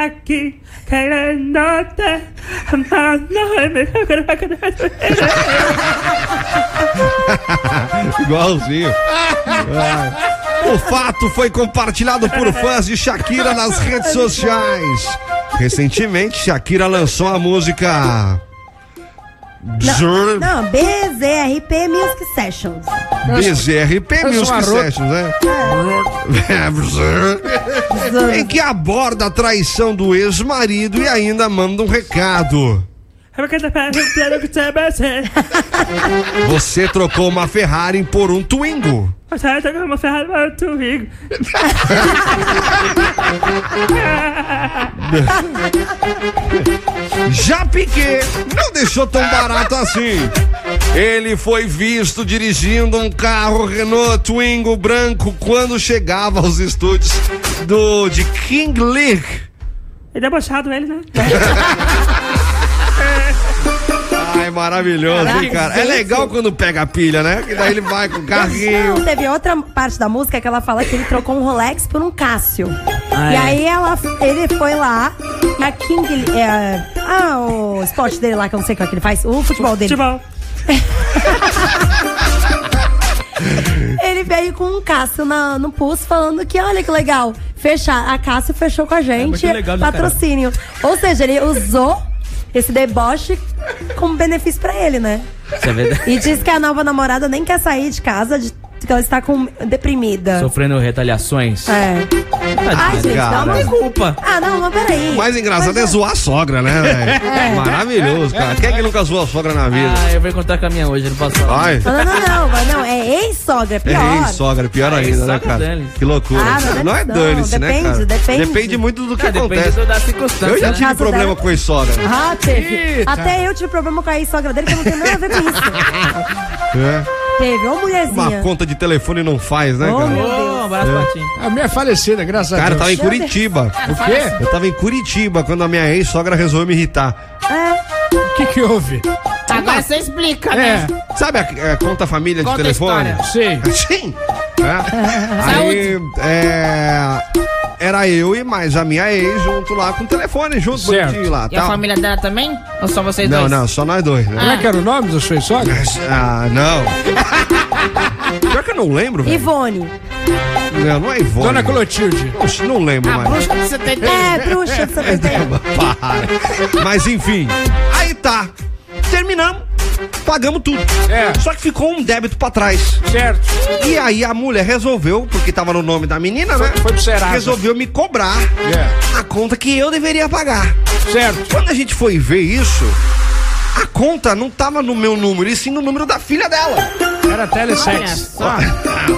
[SPEAKER 8] aqui querendo te amar, não é meu
[SPEAKER 2] Igualzinho. É. O fato foi compartilhado por fãs de Shakira nas redes sociais. Recentemente, Shakira lançou a música. Bzr-
[SPEAKER 5] Não, BZRP Music Sessions.
[SPEAKER 2] BZRP Music Sessions, né? é?
[SPEAKER 5] É.
[SPEAKER 2] em que aborda a traição do ex-marido e ainda manda um recado. Você trocou uma Ferrari por um Twingo.
[SPEAKER 8] Você tá com uma ferrada para tu rico.
[SPEAKER 2] Já Piquet não deixou tão barato assim. Ele foi visto dirigindo um carro Renault Twingo branco quando chegava aos estúdios do de King League.
[SPEAKER 8] É debochado ele, né?
[SPEAKER 2] Ai, maravilhoso, hein, cara? É legal quando pega a pilha, né? Que daí ele vai com o carrinho.
[SPEAKER 5] Não, teve outra parte da música que ela fala que ele trocou um Rolex por um Cássio.
[SPEAKER 3] Ah,
[SPEAKER 5] e
[SPEAKER 3] é.
[SPEAKER 5] aí ela, ele foi lá, na King. é, ah, o esporte dele lá, que eu não sei qual que ele faz, o futebol dele.
[SPEAKER 9] Tipo
[SPEAKER 8] Futebol.
[SPEAKER 5] Ele veio com um Cássio na, no pulso falando que olha que legal, fechar. A Cássio fechou com a gente,
[SPEAKER 3] É muito legal do
[SPEAKER 5] patrocínio. Ou seja, ele usou esse deboche como benefício pra ele, né?
[SPEAKER 6] Isso é verdade.
[SPEAKER 5] E diz que a nova namorada nem quer sair de casa, de, que ela está com, deprimida.
[SPEAKER 6] Sofrendo retaliações.
[SPEAKER 5] É. Ai, gente, dá
[SPEAKER 2] Cara.
[SPEAKER 5] uma
[SPEAKER 6] Não tem culpa.
[SPEAKER 5] Ah, não, mas peraí.
[SPEAKER 2] O mais engraçado é zoar a sogra, né, velho? Maravilhoso, cara. Quem é que nunca zoou a sogra na vida?
[SPEAKER 3] Ah, eu vou encontrar com a minha hoje, não posso
[SPEAKER 6] Ah,
[SPEAKER 3] falar.
[SPEAKER 2] Ai,
[SPEAKER 5] Não, não, não, não, mas não, é ex-sogra, é pior.
[SPEAKER 2] errei, sogra, pior
[SPEAKER 3] Ah,
[SPEAKER 2] ainda, né,
[SPEAKER 3] sogra,
[SPEAKER 2] cara?
[SPEAKER 3] dane-se.
[SPEAKER 2] Que loucura.
[SPEAKER 5] Ah, mas
[SPEAKER 2] não é
[SPEAKER 5] não,
[SPEAKER 2] dane-se, né,
[SPEAKER 5] depende,
[SPEAKER 2] cara?
[SPEAKER 5] depende.
[SPEAKER 2] muito do que
[SPEAKER 3] Ah, depende
[SPEAKER 2] acontece.
[SPEAKER 3] do- da
[SPEAKER 2] Eu
[SPEAKER 3] circunstância.
[SPEAKER 2] já
[SPEAKER 3] né?
[SPEAKER 2] tive
[SPEAKER 5] Caso
[SPEAKER 2] problema
[SPEAKER 5] dela-
[SPEAKER 2] com ex-sogra.
[SPEAKER 5] Ah, teve.
[SPEAKER 4] Eita.
[SPEAKER 5] Até eu tive problema com a ex-sogra dele, que eu não tenho nada a ver com isso.
[SPEAKER 2] É.
[SPEAKER 5] teve, ô
[SPEAKER 2] Uma
[SPEAKER 5] mulherzinha.
[SPEAKER 2] conta de telefone não faz, né,
[SPEAKER 5] Ô,
[SPEAKER 2] cara?
[SPEAKER 5] meu
[SPEAKER 3] Ô, um
[SPEAKER 5] Deus.
[SPEAKER 3] abraço pra ti.
[SPEAKER 4] A minha é falecida, graças
[SPEAKER 2] Cara, eu
[SPEAKER 4] a
[SPEAKER 2] tava em
[SPEAKER 4] Deus.
[SPEAKER 2] Curitiba.
[SPEAKER 4] O quê?
[SPEAKER 2] Eu tava em Curitiba quando a minha ex-sogra resolveu me irritar.
[SPEAKER 5] É,
[SPEAKER 4] O que que houve?
[SPEAKER 8] Tá,
[SPEAKER 3] Agora você explica,
[SPEAKER 8] né?
[SPEAKER 4] É,
[SPEAKER 2] Sabe a, a conta família de
[SPEAKER 3] Conta a
[SPEAKER 2] telefone?
[SPEAKER 3] história.
[SPEAKER 4] sei.
[SPEAKER 2] Sim! É. Aí, é, era eu e mais a minha ex junto lá com o telefone, junto,
[SPEAKER 4] Certo.
[SPEAKER 2] bonitinho lá.
[SPEAKER 3] E
[SPEAKER 4] Tá.
[SPEAKER 2] tal.
[SPEAKER 3] a família dela também? Ou só vocês
[SPEAKER 2] Não,
[SPEAKER 3] dois? Ah.
[SPEAKER 2] não, só nós dois.
[SPEAKER 4] Como
[SPEAKER 2] Né?
[SPEAKER 4] é que era o nome da sua sogra?
[SPEAKER 2] Ah, não. Pior que eu não lembro, velho.
[SPEAKER 5] Ivone.
[SPEAKER 2] Não, não é Ivone.
[SPEAKER 4] Dona Clotilde.
[SPEAKER 2] Nossa, Não lembro
[SPEAKER 5] Ah,
[SPEAKER 3] A
[SPEAKER 2] mais.
[SPEAKER 3] bruxa que você tem.
[SPEAKER 5] É, bruxa de 71.
[SPEAKER 2] Para. Mas enfim. Aí tá. Terminamos. Pagamos tudo.
[SPEAKER 4] É.
[SPEAKER 2] Só que ficou um débito pra trás.
[SPEAKER 4] Certo.
[SPEAKER 2] E aí a mulher resolveu, porque tava no nome da menina, né?
[SPEAKER 4] Foi pro Serasa.
[SPEAKER 2] Resolveu me cobrar
[SPEAKER 4] É.
[SPEAKER 2] a conta que eu deveria pagar.
[SPEAKER 4] Certo.
[SPEAKER 2] Quando a gente foi ver isso, a conta não tava no meu número, e sim no número da filha dela.
[SPEAKER 4] Era telesex.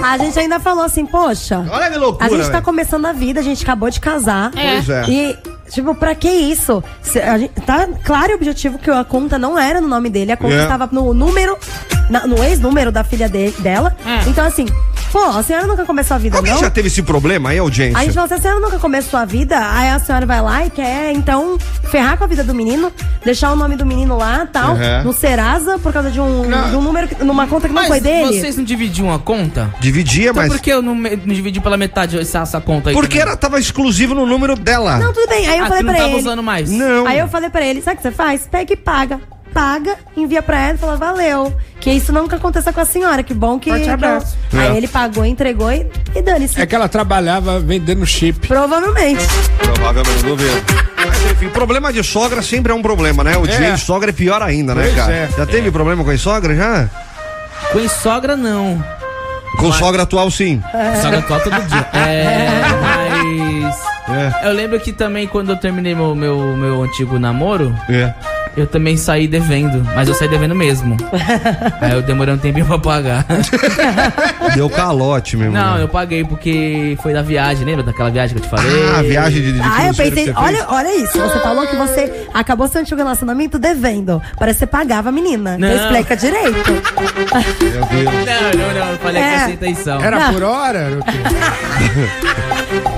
[SPEAKER 5] A gente ainda falou assim, poxa,
[SPEAKER 2] Olha que
[SPEAKER 5] a
[SPEAKER 2] loucura.
[SPEAKER 5] gente tá
[SPEAKER 2] velho.
[SPEAKER 5] começando a vida, a gente acabou de casar.
[SPEAKER 2] Pois é.
[SPEAKER 5] E, tipo, pra que isso? Se a gente- tá claro o objetivo que a conta não era no nome dele, a conta
[SPEAKER 2] É.
[SPEAKER 5] estava no número, na- no ex-número da filha de- dela.
[SPEAKER 2] É.
[SPEAKER 5] Então, assim, pô, a senhora nunca começou a vida,
[SPEAKER 2] Alguém
[SPEAKER 5] não?
[SPEAKER 2] já teve esse problema aí, audiência?
[SPEAKER 5] A gente fala assim, a senhora nunca começou a vida, aí a senhora vai lá e quer, então, ferrar com a vida do menino, deixar o nome do menino lá tal,
[SPEAKER 2] Uhum.
[SPEAKER 5] no Serasa, por causa de um, de um número, que- numa conta que não
[SPEAKER 6] Mas
[SPEAKER 5] foi dele.
[SPEAKER 6] vocês não dividiam a conta?
[SPEAKER 2] Dividia,
[SPEAKER 6] Então
[SPEAKER 2] mas.
[SPEAKER 6] por que eu não me, me dividi pela metade essa, essa conta aí?
[SPEAKER 2] Porque
[SPEAKER 6] também?
[SPEAKER 2] ela tava exclusivo no número dela.
[SPEAKER 5] Não, tudo bem. Aí eu
[SPEAKER 6] ah,
[SPEAKER 5] falei
[SPEAKER 6] tu não
[SPEAKER 5] pra
[SPEAKER 6] tava
[SPEAKER 5] ele.
[SPEAKER 6] usando mais.
[SPEAKER 2] Não.
[SPEAKER 5] Aí eu falei pra ele, sabe o que você faz? Pega e paga. Paga, envia pra ela e fala, valeu. Que isso nunca aconteça com a senhora, que bom que.
[SPEAKER 8] Forte
[SPEAKER 5] que ela-
[SPEAKER 8] abraço.
[SPEAKER 5] Aí
[SPEAKER 2] É.
[SPEAKER 5] ele pagou, entregou e, e dane-se.
[SPEAKER 4] É que ela trabalhava vendendo chip.
[SPEAKER 5] Provavelmente.
[SPEAKER 2] Provavelmente não veio. Mas enfim, problema de sogra sempre é um problema, né? O
[SPEAKER 4] É.
[SPEAKER 2] dia de sogra é pior ainda, né,
[SPEAKER 4] Pois
[SPEAKER 2] cara?
[SPEAKER 4] é.
[SPEAKER 2] Já teve problema com a sogra já?
[SPEAKER 6] Com sogra, não.
[SPEAKER 2] Com sogra atual, sim.
[SPEAKER 5] Tá
[SPEAKER 6] Sogra atual todo dia. É, mas...
[SPEAKER 2] É.
[SPEAKER 6] Eu lembro que também quando eu terminei meu, meu, meu antigo namoro,
[SPEAKER 2] É.
[SPEAKER 6] eu também saí devendo. Mas eu saí devendo mesmo. Aí eu demorei um tempinho pra pagar.
[SPEAKER 2] É. Deu calote, meu irmão.
[SPEAKER 6] Não, eu paguei porque foi da viagem, lembra daquela viagem que eu te falei?
[SPEAKER 2] Ah, a viagem de, de
[SPEAKER 5] Ah, eu
[SPEAKER 2] cruzeiro que você
[SPEAKER 5] pensei,
[SPEAKER 2] fez.
[SPEAKER 5] olha, olha isso. Você falou que você acabou seu antigo relacionamento devendo. Parece que você pagava a menina. Então
[SPEAKER 6] Não.
[SPEAKER 5] explica direito.
[SPEAKER 2] Meu Deus.
[SPEAKER 6] Não, não, não, eu falei
[SPEAKER 5] Ah, É.
[SPEAKER 6] que sem intenção.
[SPEAKER 4] Era
[SPEAKER 5] Não.
[SPEAKER 4] por hora? era o quê?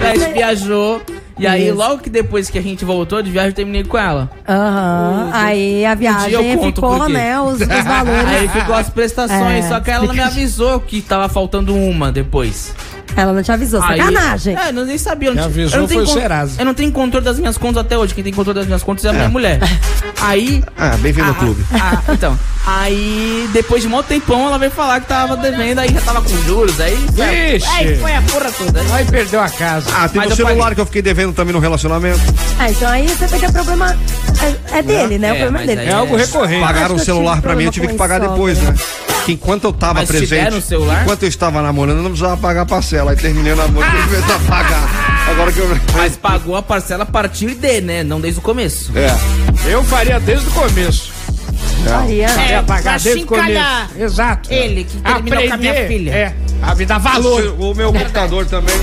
[SPEAKER 6] A gente viajou. E aí,
[SPEAKER 5] Isso.
[SPEAKER 6] logo que depois que a gente voltou de viagem, eu terminei com ela.
[SPEAKER 5] Aham. Aí a viagem
[SPEAKER 6] Um eu conto por
[SPEAKER 5] ficou,
[SPEAKER 6] quê.
[SPEAKER 5] né? Os, os valores.
[SPEAKER 6] Aí ficou as prestações,
[SPEAKER 5] É,
[SPEAKER 6] só que ela não me avisou que tava faltando uma depois.
[SPEAKER 5] Ela não te avisou.
[SPEAKER 6] Aí-
[SPEAKER 5] Sacanagem.
[SPEAKER 6] É, não nem sabia. eu não
[SPEAKER 4] Quem
[SPEAKER 6] tinha-
[SPEAKER 4] avisou
[SPEAKER 6] eu não tenho
[SPEAKER 4] foi o
[SPEAKER 6] con-
[SPEAKER 4] Serasa.
[SPEAKER 6] Eu não tenho controle das minhas contas até hoje. Quem tem controle das minhas contas é a minha mulher. Aí.
[SPEAKER 2] Ah, bem-vindo ao clube.
[SPEAKER 6] Ah, então. Aí, depois de um tempão, ela veio falar que tava devendo, aí já tava com juros, aí.
[SPEAKER 4] Vixe.
[SPEAKER 6] Aí foi a porra toda.
[SPEAKER 4] Aí perdeu a casa.
[SPEAKER 2] Ah, tem
[SPEAKER 6] Mas
[SPEAKER 2] o
[SPEAKER 6] eu
[SPEAKER 2] celular
[SPEAKER 6] paguei.
[SPEAKER 2] que eu fiquei devendo também no relacionamento.
[SPEAKER 5] Ah, então aí você vê que o problema é, é dele, né? O
[SPEAKER 6] É,
[SPEAKER 5] problema
[SPEAKER 6] mas
[SPEAKER 5] é dele.
[SPEAKER 6] aí
[SPEAKER 4] É algo recorrente.
[SPEAKER 2] Pagaram o
[SPEAKER 5] acho que eu
[SPEAKER 2] celular
[SPEAKER 5] tive
[SPEAKER 2] pra mim, eu
[SPEAKER 5] problema
[SPEAKER 2] tive
[SPEAKER 5] com
[SPEAKER 2] que pagar
[SPEAKER 5] sogra.
[SPEAKER 2] depois, né? Que enquanto eu tava
[SPEAKER 6] Mas te
[SPEAKER 2] presente,
[SPEAKER 6] deram o celular?
[SPEAKER 2] enquanto eu estava namorando, eu não precisava pagar a parcela. Aí terminei o namoro, eu comecei a pagar. Agora que eu...
[SPEAKER 6] Mas pagou a parcela a partir de, né? Não desde o começo.
[SPEAKER 2] É.
[SPEAKER 4] Eu faria desde o começo.
[SPEAKER 5] Faria.
[SPEAKER 4] É, pagar
[SPEAKER 10] assim
[SPEAKER 8] pra
[SPEAKER 4] desde o
[SPEAKER 8] chincalhar.
[SPEAKER 4] começo. Exato.
[SPEAKER 8] Ele que terminou com a minha
[SPEAKER 4] Aprender,
[SPEAKER 8] filha.
[SPEAKER 4] É, a vida valor.
[SPEAKER 2] O meu computador também.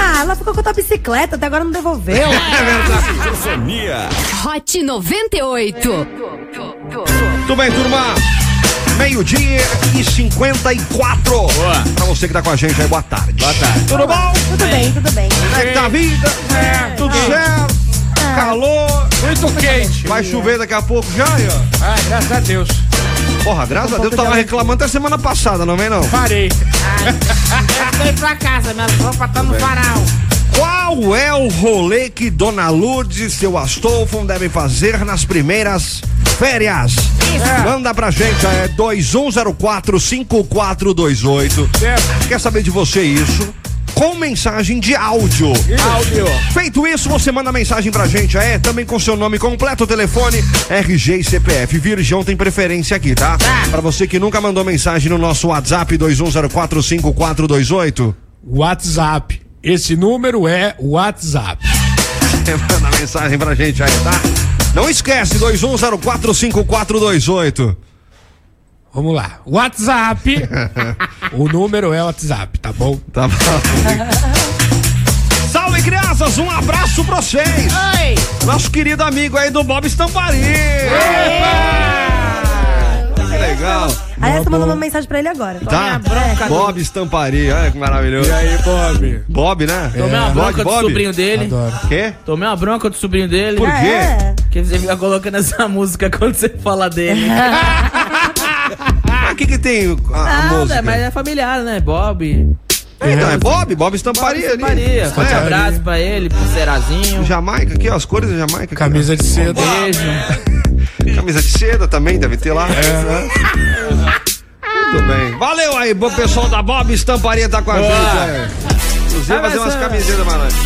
[SPEAKER 5] Ah, ela ficou com a tua bicicleta, até agora não devolveu.
[SPEAKER 11] Hot 98.
[SPEAKER 2] Tudo bem, turma? Meio-dia e 54. Pra você que tá com a gente aí, boa tarde. Boa tarde. Tudo bom?
[SPEAKER 5] tudo bem, tudo bem. Ah.
[SPEAKER 2] Como é que tá a vida? Tudo certo? Calor?
[SPEAKER 4] Muito quente.
[SPEAKER 2] Vai chover daqui a pouco já, aí, ó.
[SPEAKER 4] Ai, graças a Deus.
[SPEAKER 2] Porra, graças
[SPEAKER 5] Um
[SPEAKER 2] a Deus, eu tava reclamando até semana passada, não vem não?
[SPEAKER 4] Parei.
[SPEAKER 8] Vem Tá pra casa, minha roupa tá no varal.
[SPEAKER 2] Qual é o rolê que Dona Lourdes e seu Astolfo devem fazer nas primeiras férias? Manda pra gente, é 2104-5428.
[SPEAKER 4] Certo.
[SPEAKER 2] Quer saber de você isso? com mensagem de áudio.
[SPEAKER 3] Áudio.
[SPEAKER 2] Feito isso, você manda mensagem pra gente aí, também com seu nome completo, telefone, RG e CPF. Virgão tem preferência aqui, tá? Pra você que nunca mandou mensagem no nosso WhatsApp 21045428.
[SPEAKER 4] WhatsApp. Esse número é WhatsApp.
[SPEAKER 2] Você manda mensagem pra gente aí, tá? Não esquece, 21045428.
[SPEAKER 4] Vamos lá. WhatsApp. o número é WhatsApp, tá bom?
[SPEAKER 2] Tá bom. Salve, crianças! Um abraço pra vocês!
[SPEAKER 8] Oi!
[SPEAKER 2] Nosso querido amigo aí do Bob Estampari!
[SPEAKER 4] Ah,
[SPEAKER 2] Epa! Que legal!
[SPEAKER 5] Aliás, tô mandando uma mensagem pra ele agora.
[SPEAKER 2] Tá? Bob Estampari, olha que maravilhoso!
[SPEAKER 4] E aí, Bob?
[SPEAKER 2] Bob, né?
[SPEAKER 6] Tomei uma
[SPEAKER 2] Bob,
[SPEAKER 6] bronca do
[SPEAKER 2] Bob?
[SPEAKER 6] sobrinho dele.
[SPEAKER 4] Adoro.
[SPEAKER 2] Quê?
[SPEAKER 6] Tomei uma bronca do sobrinho dele.
[SPEAKER 2] Por
[SPEAKER 5] Ah,
[SPEAKER 2] quê?
[SPEAKER 5] é?
[SPEAKER 6] Que você fica tá colocando essa música quando você fala dele.
[SPEAKER 2] Ah, o que que tem a, a música?
[SPEAKER 6] Nada, mas é familiar, né? Bob.
[SPEAKER 2] É, Então, é Bob? Bob Estampari ali.
[SPEAKER 6] Maria. Forte
[SPEAKER 2] É,
[SPEAKER 6] abraço pra ele, pro Serazinho.
[SPEAKER 2] Jamaica aqui, ó, as cores da Jamaica. aqui, ó.
[SPEAKER 4] Camisa de seda.
[SPEAKER 6] Beijo.
[SPEAKER 2] Camisa de seda também deve ter lá. Tudo bem. Valeu aí, bom pessoal da Bob Estamparia tá com a gente. aí. Inclusive, fazer umas camisetas, malandro.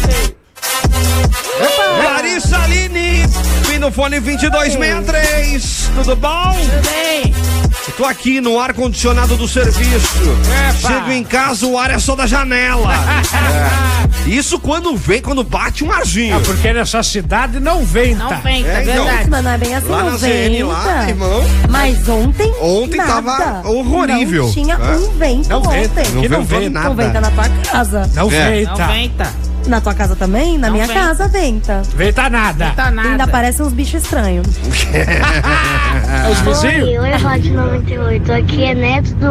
[SPEAKER 2] Larissa Aline, vim no fone 2263. Tudo bom? Tô aqui no ar-condicionado do serviço. Chego em casa, o ar é só da janela. É. Isso quando vem, quando bate um arzinho.
[SPEAKER 4] Ah, Porque nessa cidade não venta.
[SPEAKER 8] Não vem,
[SPEAKER 2] É,
[SPEAKER 8] é
[SPEAKER 2] então.
[SPEAKER 8] verdade.
[SPEAKER 5] Mas não é bem assim,
[SPEAKER 2] Lá na
[SPEAKER 5] não
[SPEAKER 2] ZN, lá,
[SPEAKER 5] venta.
[SPEAKER 2] irmão.
[SPEAKER 5] Mas ontem.
[SPEAKER 2] Ontem
[SPEAKER 5] nada.
[SPEAKER 2] tava horrorível.
[SPEAKER 5] Não tinha
[SPEAKER 2] É.
[SPEAKER 5] um vento
[SPEAKER 4] Não
[SPEAKER 5] ontem.
[SPEAKER 4] venta,
[SPEAKER 2] Não
[SPEAKER 4] Que não
[SPEAKER 2] vem
[SPEAKER 4] venta.
[SPEAKER 5] Não venta
[SPEAKER 2] nada.
[SPEAKER 5] na tua casa.
[SPEAKER 4] Não
[SPEAKER 2] É.
[SPEAKER 4] venta.
[SPEAKER 8] Não
[SPEAKER 4] Não venta.
[SPEAKER 8] venta.
[SPEAKER 5] Na tua casa também? Na
[SPEAKER 8] Não
[SPEAKER 5] minha
[SPEAKER 8] venta.
[SPEAKER 5] casa venta.
[SPEAKER 4] nada.
[SPEAKER 8] Tá nada.
[SPEAKER 5] Ainda aparecem uns bichos estranhos.
[SPEAKER 4] É os vizinhos?
[SPEAKER 12] Oi, Hot 98. Aqui é Neto do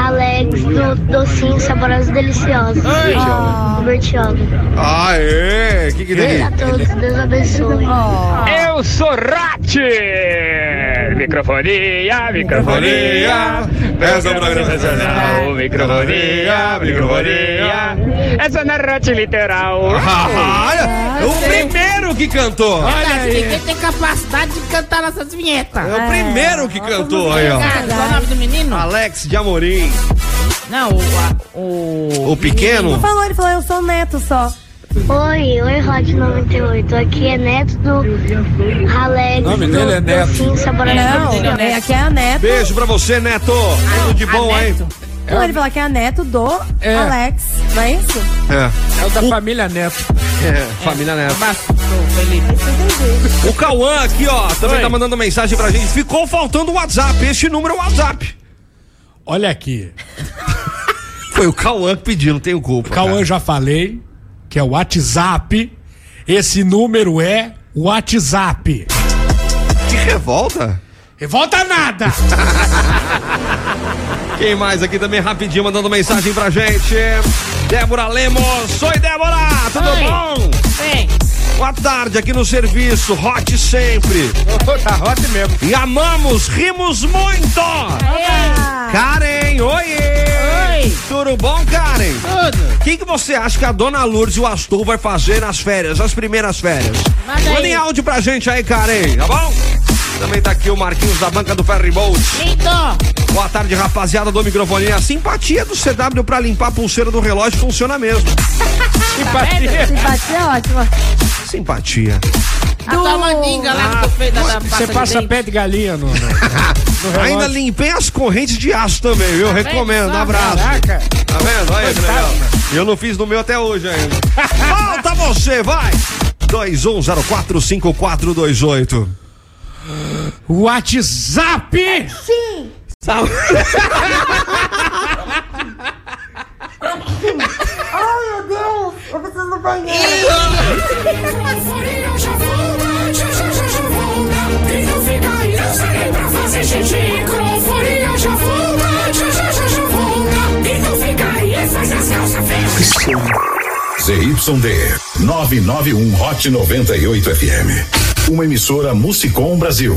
[SPEAKER 12] Alex do Docinho Saborosos Deliciosos.
[SPEAKER 5] Ó,
[SPEAKER 12] Bertioga.
[SPEAKER 2] Aê, que que tem?
[SPEAKER 12] A todos, Deus abençoe.
[SPEAKER 4] Oh.
[SPEAKER 5] ó.
[SPEAKER 7] Eu sou Rat! Microfonia,
[SPEAKER 2] Microfonia, peça
[SPEAKER 7] sensacional, microfonia, microfonia. Essa não é Rat literal.
[SPEAKER 4] Ah,
[SPEAKER 2] Olha, o primeiro que cantou.
[SPEAKER 8] Olha, Ninguém tem capacidade de cantar nossas vinhetas.
[SPEAKER 2] É o primeiro que cantou aí, ó.
[SPEAKER 8] Cara, qual é o nome do menino?
[SPEAKER 2] Alex de Amorim,
[SPEAKER 8] Não, o. a- o...
[SPEAKER 2] o pequeno.
[SPEAKER 5] Falou, ele falou, eu sou neto só.
[SPEAKER 12] Oi, oi, Hot 98. Aqui é Neto do Alex
[SPEAKER 4] nome
[SPEAKER 12] do
[SPEAKER 4] dele é Neto.
[SPEAKER 12] Docinho Saborosos
[SPEAKER 5] Não,
[SPEAKER 12] Deliciosos.
[SPEAKER 5] é, aqui é a neto.
[SPEAKER 2] Beijo pra você, Neto. Tudo de bom, hein?
[SPEAKER 8] Neto.
[SPEAKER 5] Não, ele falou que é a neto do
[SPEAKER 4] É.
[SPEAKER 5] Alex. Não é isso?
[SPEAKER 2] É,
[SPEAKER 4] É o da família Neto.
[SPEAKER 2] é, família Neto.
[SPEAKER 6] Abraço, Felipe.
[SPEAKER 2] O Cauã aqui, ó, também tá mandando mensagem pra gente. Ficou faltando o WhatsApp. Este número é o WhatsApp.
[SPEAKER 4] Olha aqui.
[SPEAKER 2] Foi o Cauã que pediu, não tenho culpa.
[SPEAKER 4] Cauã
[SPEAKER 2] cara.
[SPEAKER 4] já falei, que é o WhatsApp. Esse número é WhatsApp.
[SPEAKER 2] Que revolta.
[SPEAKER 4] Revolta nada!
[SPEAKER 2] Quem mais aqui também rapidinho mandando mensagem pra gente? Débora Lemos. Oi, Débora! Tudo
[SPEAKER 8] Oi.
[SPEAKER 2] bom?
[SPEAKER 8] Vem.
[SPEAKER 2] Boa tarde aqui no serviço, hot sempre.
[SPEAKER 4] tá hot mesmo.
[SPEAKER 2] E amamos, rimos muito!
[SPEAKER 5] Ah.
[SPEAKER 2] Karen, oiê!
[SPEAKER 8] Oi.
[SPEAKER 2] Tudo bom, Karen?
[SPEAKER 8] Tudo.
[SPEAKER 2] O que, que você acha que a dona Lourdes e o Astor vai fazer nas férias, as primeiras férias?
[SPEAKER 8] Manda aí.
[SPEAKER 2] Mandem áudio pra gente aí, Karen, tá bom? Também tá aqui o Marquinhos da banca do Ferry Bolt.
[SPEAKER 8] Lindo.
[SPEAKER 2] Boa tarde, rapaziada do microfone. A simpatia do CW pra limpar a pulseira do relógio funciona mesmo.
[SPEAKER 5] Simpatia é ótima.
[SPEAKER 2] Simpatia.
[SPEAKER 10] Ah,
[SPEAKER 8] A
[SPEAKER 10] tá
[SPEAKER 8] tua mandinga lá que tu fez da da pasta
[SPEAKER 4] Ah, Você
[SPEAKER 8] de
[SPEAKER 4] passa
[SPEAKER 8] dente.
[SPEAKER 4] pé de galinha, Nuno.
[SPEAKER 2] Ainda limpei as correntes de aço também, viu? Recomendo.
[SPEAKER 8] Só,
[SPEAKER 2] Abraço.
[SPEAKER 4] Caraca.
[SPEAKER 2] Tá vendo? Olha que legal. Eu não fiz no meu até hoje ainda. Falta você, vai! 21045428.
[SPEAKER 4] WhatsApp!
[SPEAKER 7] Euforia já volta, já já já já volta. E não fica aí, eu saí pra fazer xixi. Com euforia já volta, já já já já volta. E não fica aí, faz as calças feias.
[SPEAKER 1] ZYD 991 Hot 98 FM. Uma emissora Musicom Brasil.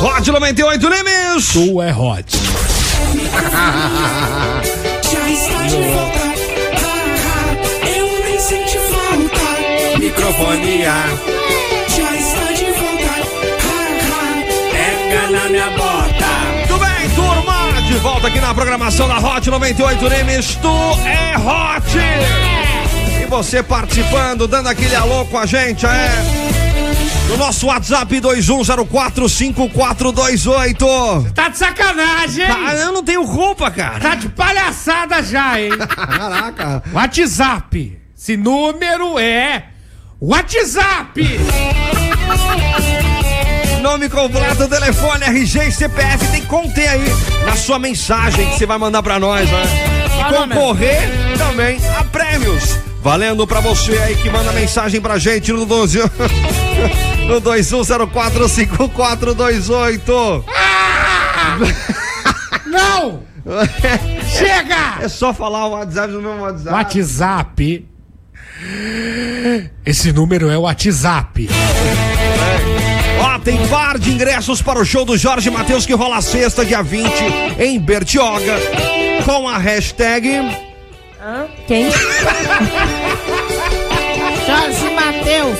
[SPEAKER 2] Rod 98 Lemes!
[SPEAKER 4] Tu é hot.
[SPEAKER 7] Já está de volta. Ha, ha. Eu nem senti falta. sintonia. Já está de volta.
[SPEAKER 2] Pega na minha bota. Tudo bem, turma? De volta aqui na programação da Hot 98 Nemes. Tu é Hot. E você participando, dando aquele alô com a gente, é. No nosso WhatsApp 21045428.
[SPEAKER 4] Tá de sacanagem, hein?
[SPEAKER 2] Ah, eu não tenho culpa, cara.
[SPEAKER 4] Tá de palhaçada já, hein?
[SPEAKER 2] Caraca.
[SPEAKER 4] WhatsApp. Esse número é WhatsApp.
[SPEAKER 2] Nome completo, telefone, RG e CPF. Tem que conter aí na sua mensagem que você vai mandar pra nós, né? E concorrer também a prêmios. Valendo pra você aí que manda mensagem pra gente no 12... no 21045428.
[SPEAKER 4] Não! Chega!
[SPEAKER 2] É só falar o WhatsApp no meu WhatsApp.
[SPEAKER 4] WhatsApp. Esse número é o WhatsApp.
[SPEAKER 2] Ó, tem par de ingressos para o show do Jorge Matheus que rola sexta, dia 20, em Bertioga, com a hashtag.
[SPEAKER 5] Quem?
[SPEAKER 4] Jorge Matheus.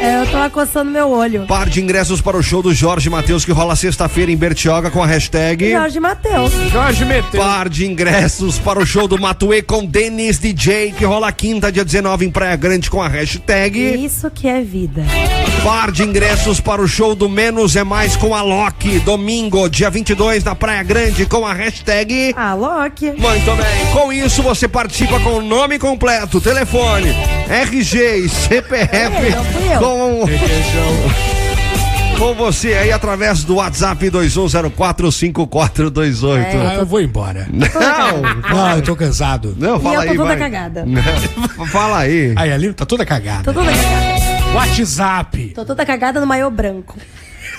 [SPEAKER 5] É, eu tô acossando meu olho.
[SPEAKER 2] Par de ingressos para o show do Jorge Matheus que rola sexta-feira em Bertioga com a hashtag.
[SPEAKER 5] Jorge Matheus.
[SPEAKER 4] Jorge Matheus.
[SPEAKER 2] Par de ingressos para o show do Matuê com Denis DJ que rola quinta, dia 19, em Praia Grande com a hashtag.
[SPEAKER 5] Isso que é vida.
[SPEAKER 2] Par de ingressos para o show do Menos é Mais com a Loki, domingo, dia 22, na Praia Grande com a hashtag.
[SPEAKER 5] Ah, Loki.
[SPEAKER 2] Muito bem. Com isso, você participa com o nome completo, telefone, RG e CPF.
[SPEAKER 5] É, não fui eu.
[SPEAKER 2] Com, com você aí através do WhatsApp 21045428.
[SPEAKER 4] Ah, eu vou embora.
[SPEAKER 2] Não,
[SPEAKER 4] Ah, eu tô cansado.
[SPEAKER 2] não,
[SPEAKER 5] É, E
[SPEAKER 2] fala
[SPEAKER 5] eu tô
[SPEAKER 2] aí,
[SPEAKER 5] toda
[SPEAKER 2] vai.
[SPEAKER 5] cagada.
[SPEAKER 2] Não, fala aí.
[SPEAKER 4] Aí ali tá toda cagada.
[SPEAKER 5] Tô toda cagada.
[SPEAKER 4] WhatsApp.
[SPEAKER 5] Tô toda cagada no maiô branco.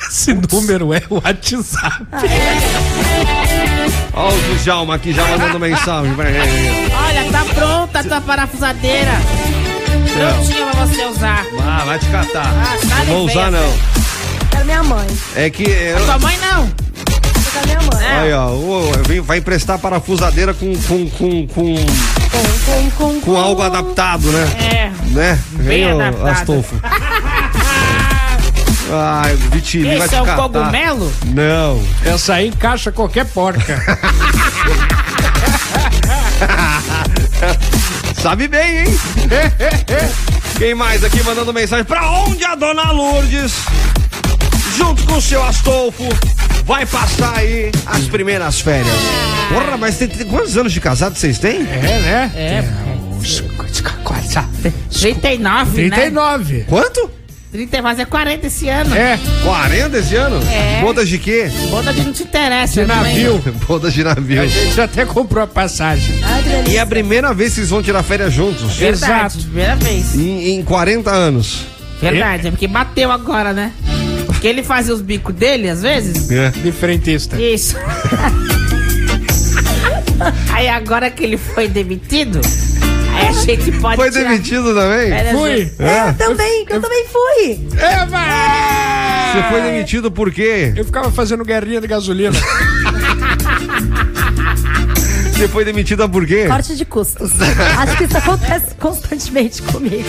[SPEAKER 4] Esse número é o WhatsApp.
[SPEAKER 2] Ó o Djalma aqui já mandando mensagem pra ele.
[SPEAKER 10] Olha, tá pronta a tua parafusadeira. Prontinha pra você usar.
[SPEAKER 2] Ah, vai te catar.
[SPEAKER 10] sai
[SPEAKER 5] tá
[SPEAKER 2] não vou
[SPEAKER 10] daí,
[SPEAKER 2] usar
[SPEAKER 10] velho.
[SPEAKER 2] não.
[SPEAKER 5] Quero minha mãe.
[SPEAKER 2] É que eu,
[SPEAKER 10] Tua mãe não.
[SPEAKER 5] Quero minha mãe.
[SPEAKER 2] Aí, ó, o- eu vim- vai emprestar parafusadeira com, com, com, com,
[SPEAKER 5] Com, com, com,
[SPEAKER 2] com algo adaptado, né?
[SPEAKER 10] É.
[SPEAKER 2] Né?
[SPEAKER 10] Bem
[SPEAKER 2] Vem, ô,
[SPEAKER 10] adaptado.
[SPEAKER 2] Astolfo. Ai, o Vitinho vai
[SPEAKER 10] Esse
[SPEAKER 2] te
[SPEAKER 10] é um
[SPEAKER 2] catar.
[SPEAKER 10] cogumelo?
[SPEAKER 2] Não.
[SPEAKER 4] Essa aí encaixa qualquer porca.
[SPEAKER 2] Sabe bem, hein? Quem mais aqui mandando mensagem? Pra onde a dona Lourdes, junto com o seu Astolfo, vai passar aí as primeiras férias? Porra, mas tem, tem- quantos anos de casado vocês têm?
[SPEAKER 4] É, né? É.
[SPEAKER 10] 39, né?
[SPEAKER 4] 39.
[SPEAKER 2] Quanto?
[SPEAKER 10] 30, mas é 40 esse ano.
[SPEAKER 4] É,
[SPEAKER 2] 40 esse ano?
[SPEAKER 10] É.
[SPEAKER 2] Bodas de quê?
[SPEAKER 10] Bota que não te interessa,
[SPEAKER 4] de
[SPEAKER 10] né?
[SPEAKER 4] navio.
[SPEAKER 2] Bodas de navio.
[SPEAKER 4] A gente até comprou a passagem.
[SPEAKER 5] Ai, que
[SPEAKER 2] E
[SPEAKER 5] delícia.
[SPEAKER 2] é a primeira vez que vocês vão tirar férias juntos?
[SPEAKER 10] Verdade,
[SPEAKER 4] Exato.
[SPEAKER 10] primeira vez.
[SPEAKER 2] Em, em 40 anos.
[SPEAKER 10] Verdade, é porque bateu agora, né? Porque ele fazia os bicos dele, às vezes.
[SPEAKER 2] É.
[SPEAKER 4] De frentista.
[SPEAKER 10] Isso. Aí agora que ele foi demitido, aí a gente pode
[SPEAKER 2] Foi
[SPEAKER 10] tirar É.
[SPEAKER 2] demitido também?
[SPEAKER 10] férias
[SPEAKER 4] Fui.
[SPEAKER 10] junto.
[SPEAKER 5] É,
[SPEAKER 2] É.
[SPEAKER 5] Eu também, eu também fui.
[SPEAKER 4] Eva!
[SPEAKER 2] Você foi demitido por quê?
[SPEAKER 4] Eu ficava fazendo guerrinha de gasolina.
[SPEAKER 2] Você foi demitida por quê?
[SPEAKER 5] Corte de custos. Acho que isso acontece constantemente comigo.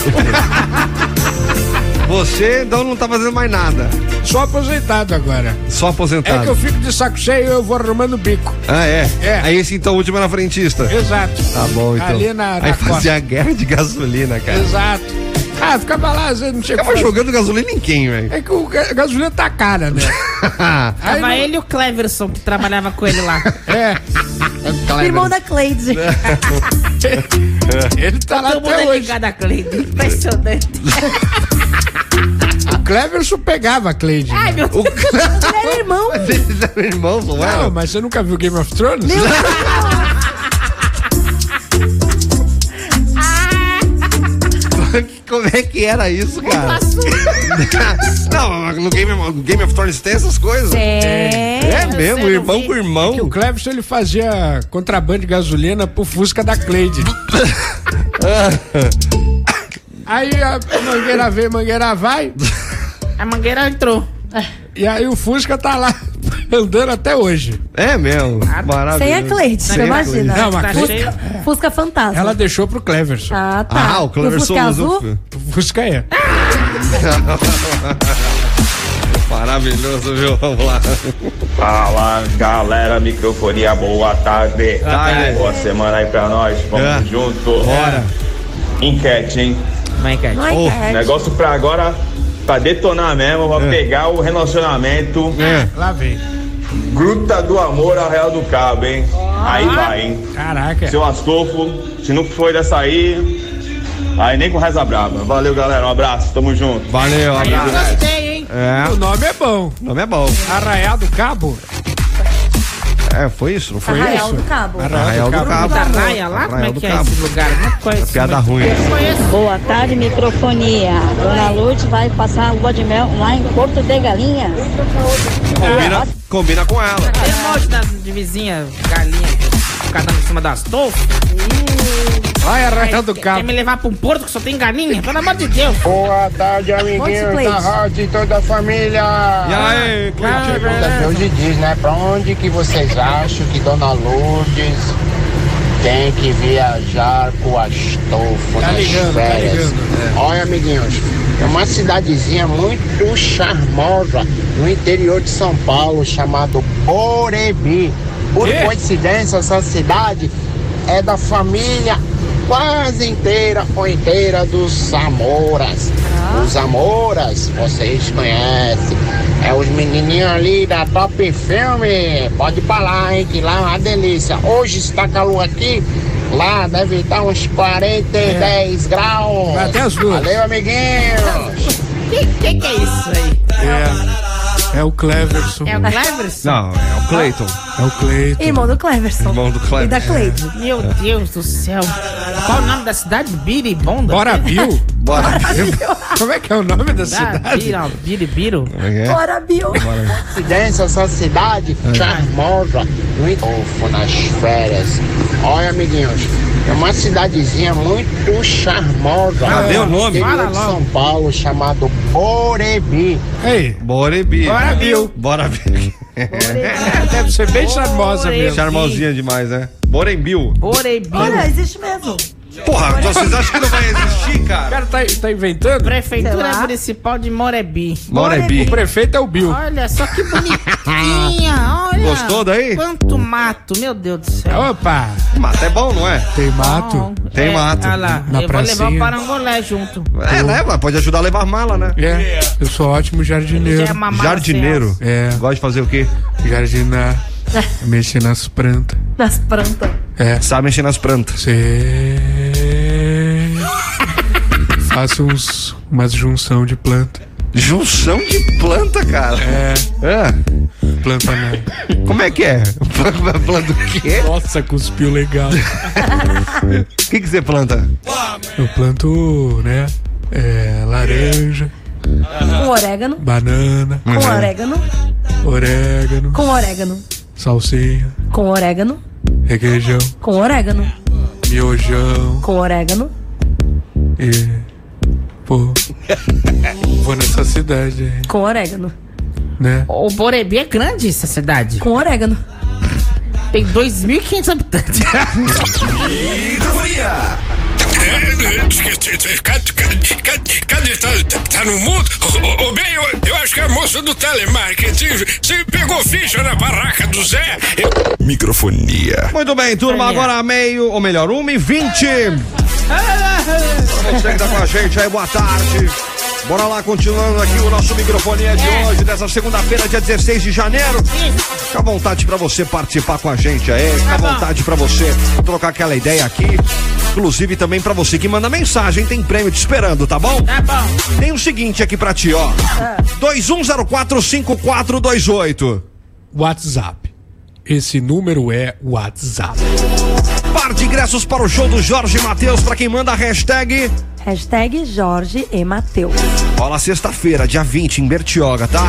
[SPEAKER 2] Você então não tá fazendo mais nada.
[SPEAKER 4] Sou aposentado agora.
[SPEAKER 2] Só
[SPEAKER 4] É que
[SPEAKER 10] Tá.
[SPEAKER 2] aposentado.
[SPEAKER 4] eu fico de saco cheio eu vou arrumando o bico.
[SPEAKER 2] Ah, é?
[SPEAKER 4] É.
[SPEAKER 2] Aí esse então o último era frentista.
[SPEAKER 4] Exato.
[SPEAKER 2] Tá bom, então.
[SPEAKER 4] Ali na, na
[SPEAKER 2] Aí
[SPEAKER 4] costa.
[SPEAKER 2] fazia guerra de gasolina, cara.
[SPEAKER 4] Exato. Ah, ficava lá, às vezes não chegava.
[SPEAKER 2] Tava jogando gasolina em quem, velho?
[SPEAKER 4] É que o ga- a gasolina tá cara, né? Aí
[SPEAKER 10] Tava
[SPEAKER 4] não-
[SPEAKER 10] ele e o Cleverson que trabalhava com ele lá.
[SPEAKER 4] É,
[SPEAKER 5] Irmão da Cleide.
[SPEAKER 2] É.
[SPEAKER 4] ele tá lá
[SPEAKER 10] Todo mundo
[SPEAKER 4] até
[SPEAKER 10] é
[SPEAKER 4] hoje.
[SPEAKER 10] ligado a Cleide. Impressionante.
[SPEAKER 4] O Cleverson pegava a Cleide. né?
[SPEAKER 10] Ai, meu Deus.
[SPEAKER 5] Ele era irmão.
[SPEAKER 2] Vocês eram irmãos, não é?
[SPEAKER 4] Não,
[SPEAKER 2] eram?
[SPEAKER 4] mas você nunca viu Game of Thrones?
[SPEAKER 2] Como é que era isso, cara? não, no Game, no Game of Thrones tem essas coisas.
[SPEAKER 5] É.
[SPEAKER 2] É mesmo,
[SPEAKER 10] sei,
[SPEAKER 2] irmão
[SPEAKER 10] não vi. É
[SPEAKER 2] com irmão.
[SPEAKER 4] O Cleverson ele fazia contrabando de gasolina pro Fusca da Cleide. aí a mangueira vem, mangueira vai,
[SPEAKER 10] A mangueira entrou.
[SPEAKER 4] e aí o Fusca tá lá andando até hoje.
[SPEAKER 2] É mesmo.
[SPEAKER 5] Sem é a
[SPEAKER 2] Maravilhoso.
[SPEAKER 5] Cleide,
[SPEAKER 2] Sem é a
[SPEAKER 5] imagina.
[SPEAKER 4] Não, mas
[SPEAKER 10] Tá
[SPEAKER 4] Cleide-
[SPEAKER 10] cheio.
[SPEAKER 5] Fusca fantasma.
[SPEAKER 4] ela deixou pro Cleverson.
[SPEAKER 5] Ah, tá.
[SPEAKER 2] Ah, o
[SPEAKER 5] E o
[SPEAKER 2] Cleverson
[SPEAKER 5] Fusca
[SPEAKER 2] usa o
[SPEAKER 5] azul?
[SPEAKER 2] Fusca.
[SPEAKER 4] O Fusca é.
[SPEAKER 2] Maravilhoso, viu? Vamos lá.
[SPEAKER 9] Fala galera, microfonia, boa tarde.
[SPEAKER 2] Boa tarde.
[SPEAKER 9] Boa semana aí pra nós, vamos
[SPEAKER 2] É.
[SPEAKER 9] junto.
[SPEAKER 2] Bora.
[SPEAKER 9] Enquete, hein?
[SPEAKER 10] é
[SPEAKER 13] Uma enquete.
[SPEAKER 5] é
[SPEAKER 2] Uma
[SPEAKER 9] Ô,
[SPEAKER 2] enquete.
[SPEAKER 9] negócio pra agora, pra detonar mesmo, pra
[SPEAKER 2] É.
[SPEAKER 9] pegar o relacionamento.
[SPEAKER 4] Lá vem.
[SPEAKER 9] Gruta do Amor a Real do Cabo, hein? Aí vai, hein?
[SPEAKER 4] Caraca.
[SPEAKER 9] Seu Astolfo, se não foi dessa aí, aí nem com reza brava. Valeu, galera, um abraço, tamo junto.
[SPEAKER 2] Valeu,
[SPEAKER 9] abraço.
[SPEAKER 13] Gostei, hein?
[SPEAKER 2] É.
[SPEAKER 4] O nome é bom.
[SPEAKER 2] O nome é bom.
[SPEAKER 4] Arraial do Cabo?
[SPEAKER 2] É, foi isso, não foi
[SPEAKER 5] Arraial
[SPEAKER 2] isso?
[SPEAKER 5] do Cabo.
[SPEAKER 2] Arraial do Cabo.
[SPEAKER 10] Da raia lá, como é
[SPEAKER 2] Arraial
[SPEAKER 10] que
[SPEAKER 2] do
[SPEAKER 10] é
[SPEAKER 2] Cabo.
[SPEAKER 10] esse lugar? assim, Não conheço.
[SPEAKER 2] Piada
[SPEAKER 10] muito.
[SPEAKER 2] ruim.
[SPEAKER 14] Boa tarde, microfonia. Dona Lourdes vai passar a lua de mel lá em Porto de Galinhas.
[SPEAKER 2] Combina, combina com ela.
[SPEAKER 10] Tem um monte da- de vizinha, galinha, cada um em cima das toucas.
[SPEAKER 4] Vai, arranha do
[SPEAKER 10] carro. Quer me levar pra um porto que só tem galinha? Pelo amor de Deus.
[SPEAKER 6] Boa tarde, amiguinhos da rádio e toda a família.
[SPEAKER 10] E aí, Cleitinho?
[SPEAKER 6] Pergunta Hoje diz, né? Pra onde que vocês acham que Dona Lourdes tem que viajar com o Astolfo
[SPEAKER 15] Tá
[SPEAKER 6] nas
[SPEAKER 15] ligando, tá
[SPEAKER 6] férias?
[SPEAKER 15] ligando,
[SPEAKER 6] Olha, amiguinhos, é uma cidadezinha muito charmosa no interior de São Paulo, chamado Orebi. Por
[SPEAKER 15] Quê?
[SPEAKER 6] coincidência, essa cidade é da família quase inteira ou inteira dos Zamoras.
[SPEAKER 15] Ah.
[SPEAKER 6] Os Zamoras, vocês conhecem. É os menininhos ali da Top Filme. Pode ir pra lá, hein, que lá é uma delícia. Hoje está calor aqui. Lá deve estar uns 40 e
[SPEAKER 10] É.
[SPEAKER 6] 10 graus.
[SPEAKER 4] Vai até as duas.
[SPEAKER 6] Valeu, amiguinhos.
[SPEAKER 10] Que, que que é isso aí?
[SPEAKER 4] É. É o Cleverson.
[SPEAKER 10] É o Cleverson?
[SPEAKER 2] Não, é o Cleiton.
[SPEAKER 4] É o Cleiton.
[SPEAKER 5] Irmão do Cleverson.
[SPEAKER 2] Irmão do Cleverson.
[SPEAKER 5] E da Cleide.
[SPEAKER 10] Meu Deus do céu. Qual o nome da cidade? Biribonda?
[SPEAKER 4] Bora, Bill.
[SPEAKER 2] Bora,
[SPEAKER 4] Bill. Como é que é o nome da cidade?
[SPEAKER 10] Ah, Bira, Biribiro.
[SPEAKER 5] É. Bora, Bill.
[SPEAKER 6] coincidência, essa cidade
[SPEAKER 2] É.
[SPEAKER 6] charmosa, muito fofo nas férias. Olha, amiguinhos, é uma cidadezinha muito charmosa.
[SPEAKER 4] É.
[SPEAKER 2] Ah, deu o
[SPEAKER 6] no
[SPEAKER 2] nome?
[SPEAKER 6] interior
[SPEAKER 2] Fala
[SPEAKER 6] de
[SPEAKER 2] logo.
[SPEAKER 6] São Paulo, chamado Borebi.
[SPEAKER 4] Ei.
[SPEAKER 2] Borebi.
[SPEAKER 4] Bora, Bill.
[SPEAKER 2] Bora, Bill.
[SPEAKER 4] É, deve ser bem charmosa mesmo.
[SPEAKER 2] Charmosinha demais, né? Borembil.
[SPEAKER 10] Orebi.
[SPEAKER 5] Olha, existe mesmo.
[SPEAKER 2] Porra, vocês acham que não vai existir,
[SPEAKER 4] O
[SPEAKER 2] cara?
[SPEAKER 4] cara tá, tá inventando?
[SPEAKER 10] Prefeitura Municipal de Morebi.
[SPEAKER 2] Morebi.
[SPEAKER 4] O prefeito é o Bill.
[SPEAKER 10] Olha só que bonitinha, olha.
[SPEAKER 2] Gostou daí?
[SPEAKER 10] Quanto mato, meu Deus do céu.
[SPEAKER 4] Opa!
[SPEAKER 2] Mato é bom, não é?
[SPEAKER 4] Tem mato.
[SPEAKER 2] Tem
[SPEAKER 10] É,
[SPEAKER 2] mato.
[SPEAKER 10] olha lá, eu vou levar o parangolé junto.
[SPEAKER 2] É, leva, pode ajudar a levar mala, né?
[SPEAKER 4] É, eu sou ótimo jardineiro.
[SPEAKER 10] Já é uma mala
[SPEAKER 2] Jardineiro?
[SPEAKER 4] É.
[SPEAKER 2] Gosta de fazer o quê?
[SPEAKER 4] Jardinar. mexer nas plantas.
[SPEAKER 5] Nas plantas.
[SPEAKER 4] É.
[SPEAKER 2] Sabe mexer nas plantas.
[SPEAKER 4] Cê... Faço uns, umas junção de planta.
[SPEAKER 2] Junção de planta, cara?
[SPEAKER 4] É.
[SPEAKER 2] É.
[SPEAKER 4] Planta nada.
[SPEAKER 2] Como é que é? Planta o quê?
[SPEAKER 4] Nossa, cuspiu legal.
[SPEAKER 2] O que que você planta?
[SPEAKER 4] Eu planto, né? É, laranja,
[SPEAKER 5] Com orégano.
[SPEAKER 4] banana,
[SPEAKER 5] Com orégano.
[SPEAKER 4] orégano,
[SPEAKER 5] Com orégano.
[SPEAKER 4] salsinha,
[SPEAKER 5] Com orégano.
[SPEAKER 4] requeijão,
[SPEAKER 5] Com orégano.
[SPEAKER 4] miojão
[SPEAKER 5] Com orégano.
[SPEAKER 4] e. Pô. Vou nessa cidade aí,
[SPEAKER 5] Com orégano.
[SPEAKER 4] né?
[SPEAKER 10] O Borebi é grande essa cidade.
[SPEAKER 5] Com orégano.
[SPEAKER 10] Tem 2.500 habitantes.
[SPEAKER 1] Cadê, cadê tá, tá no mundo? Ô, ô, ô, bem, eu, eu acho que a moça do telemarketing se pegou ficha na barraca do Zé.
[SPEAKER 2] Microfonia. Muito bem, turma, agora meio, ou melhor, 1 e 20. Você que tá com a gente aí, boa tarde. Bora lá, continuando aqui o nosso microfonia de
[SPEAKER 10] É.
[SPEAKER 2] hoje, dessa segunda-feira, dia 16 de janeiro. Fica à vontade pra você participar com a gente
[SPEAKER 10] Tá
[SPEAKER 2] aí, fica à vontade pra você trocar aquela ideia aqui. Inclusive também pra você que manda mensagem, tem prêmio te esperando, tá bom?
[SPEAKER 10] Tá bom. Ah.
[SPEAKER 2] Tem o seguinte aqui pra ti, ó. 21045428.
[SPEAKER 4] WhatsApp. Esse número é WhatsApp.
[SPEAKER 2] Par de ingressos para o show do Jorge Matheus, pra quem manda a hashtag.
[SPEAKER 5] Hashtag Jorge e Mateus.
[SPEAKER 2] Rola sexta-feira, dia 20, em Bertioga, tá?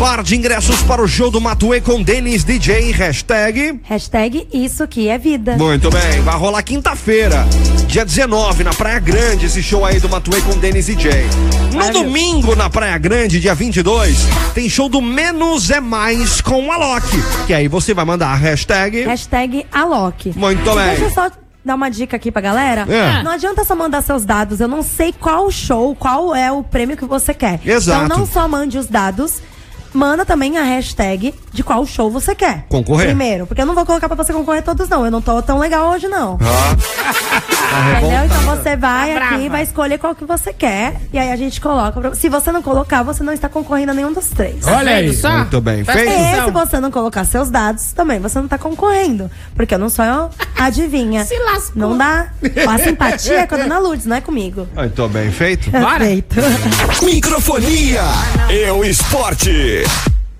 [SPEAKER 2] Par de ingressos para o show do Matuê com Denis DJ, hashtag.
[SPEAKER 5] Hashtag Isso Que É Vida.
[SPEAKER 2] Muito bem, vai rolar quinta-feira, dia 19, na Praia Grande, esse show aí do Matuê com Denis DJ. No domingo, na Praia Grande, dia 22, tem show do Menos é Mais com o Alok. Que aí você vai mandar a hashtag.
[SPEAKER 5] Hashtag Alok.
[SPEAKER 2] Muito bem.
[SPEAKER 5] Deixa eu só dar uma dica aqui pra galera?
[SPEAKER 2] É.
[SPEAKER 5] Não adianta só mandar seus dados. Eu não sei qual show, qual é o prêmio que você quer.
[SPEAKER 2] Exato.
[SPEAKER 5] Então não só mande os dados, manda também a hashtag de qual show você quer.
[SPEAKER 2] Concorrer.
[SPEAKER 5] Primeiro, porque eu não vou colocar pra você concorrer todos, não. Eu não tô tão legal hoje, não.
[SPEAKER 2] Ah. Tá
[SPEAKER 5] Entendeu? Então você vai aqui, vai escolher qual que você quer. E aí a gente coloca. pra- Se você não colocar, você não está concorrendo a nenhum dos três.
[SPEAKER 2] Olha aí. Muito bem
[SPEAKER 6] É
[SPEAKER 2] feito.
[SPEAKER 5] E se você não colocar seus dados, também você não tá concorrendo. Porque eu não sou adivinha. Se lascou. Não dá. A simpatia é com a Dona Lourdes, não é comigo.
[SPEAKER 2] Muito bem feito.
[SPEAKER 5] Perfeito.
[SPEAKER 16] Microfonia e o esporte.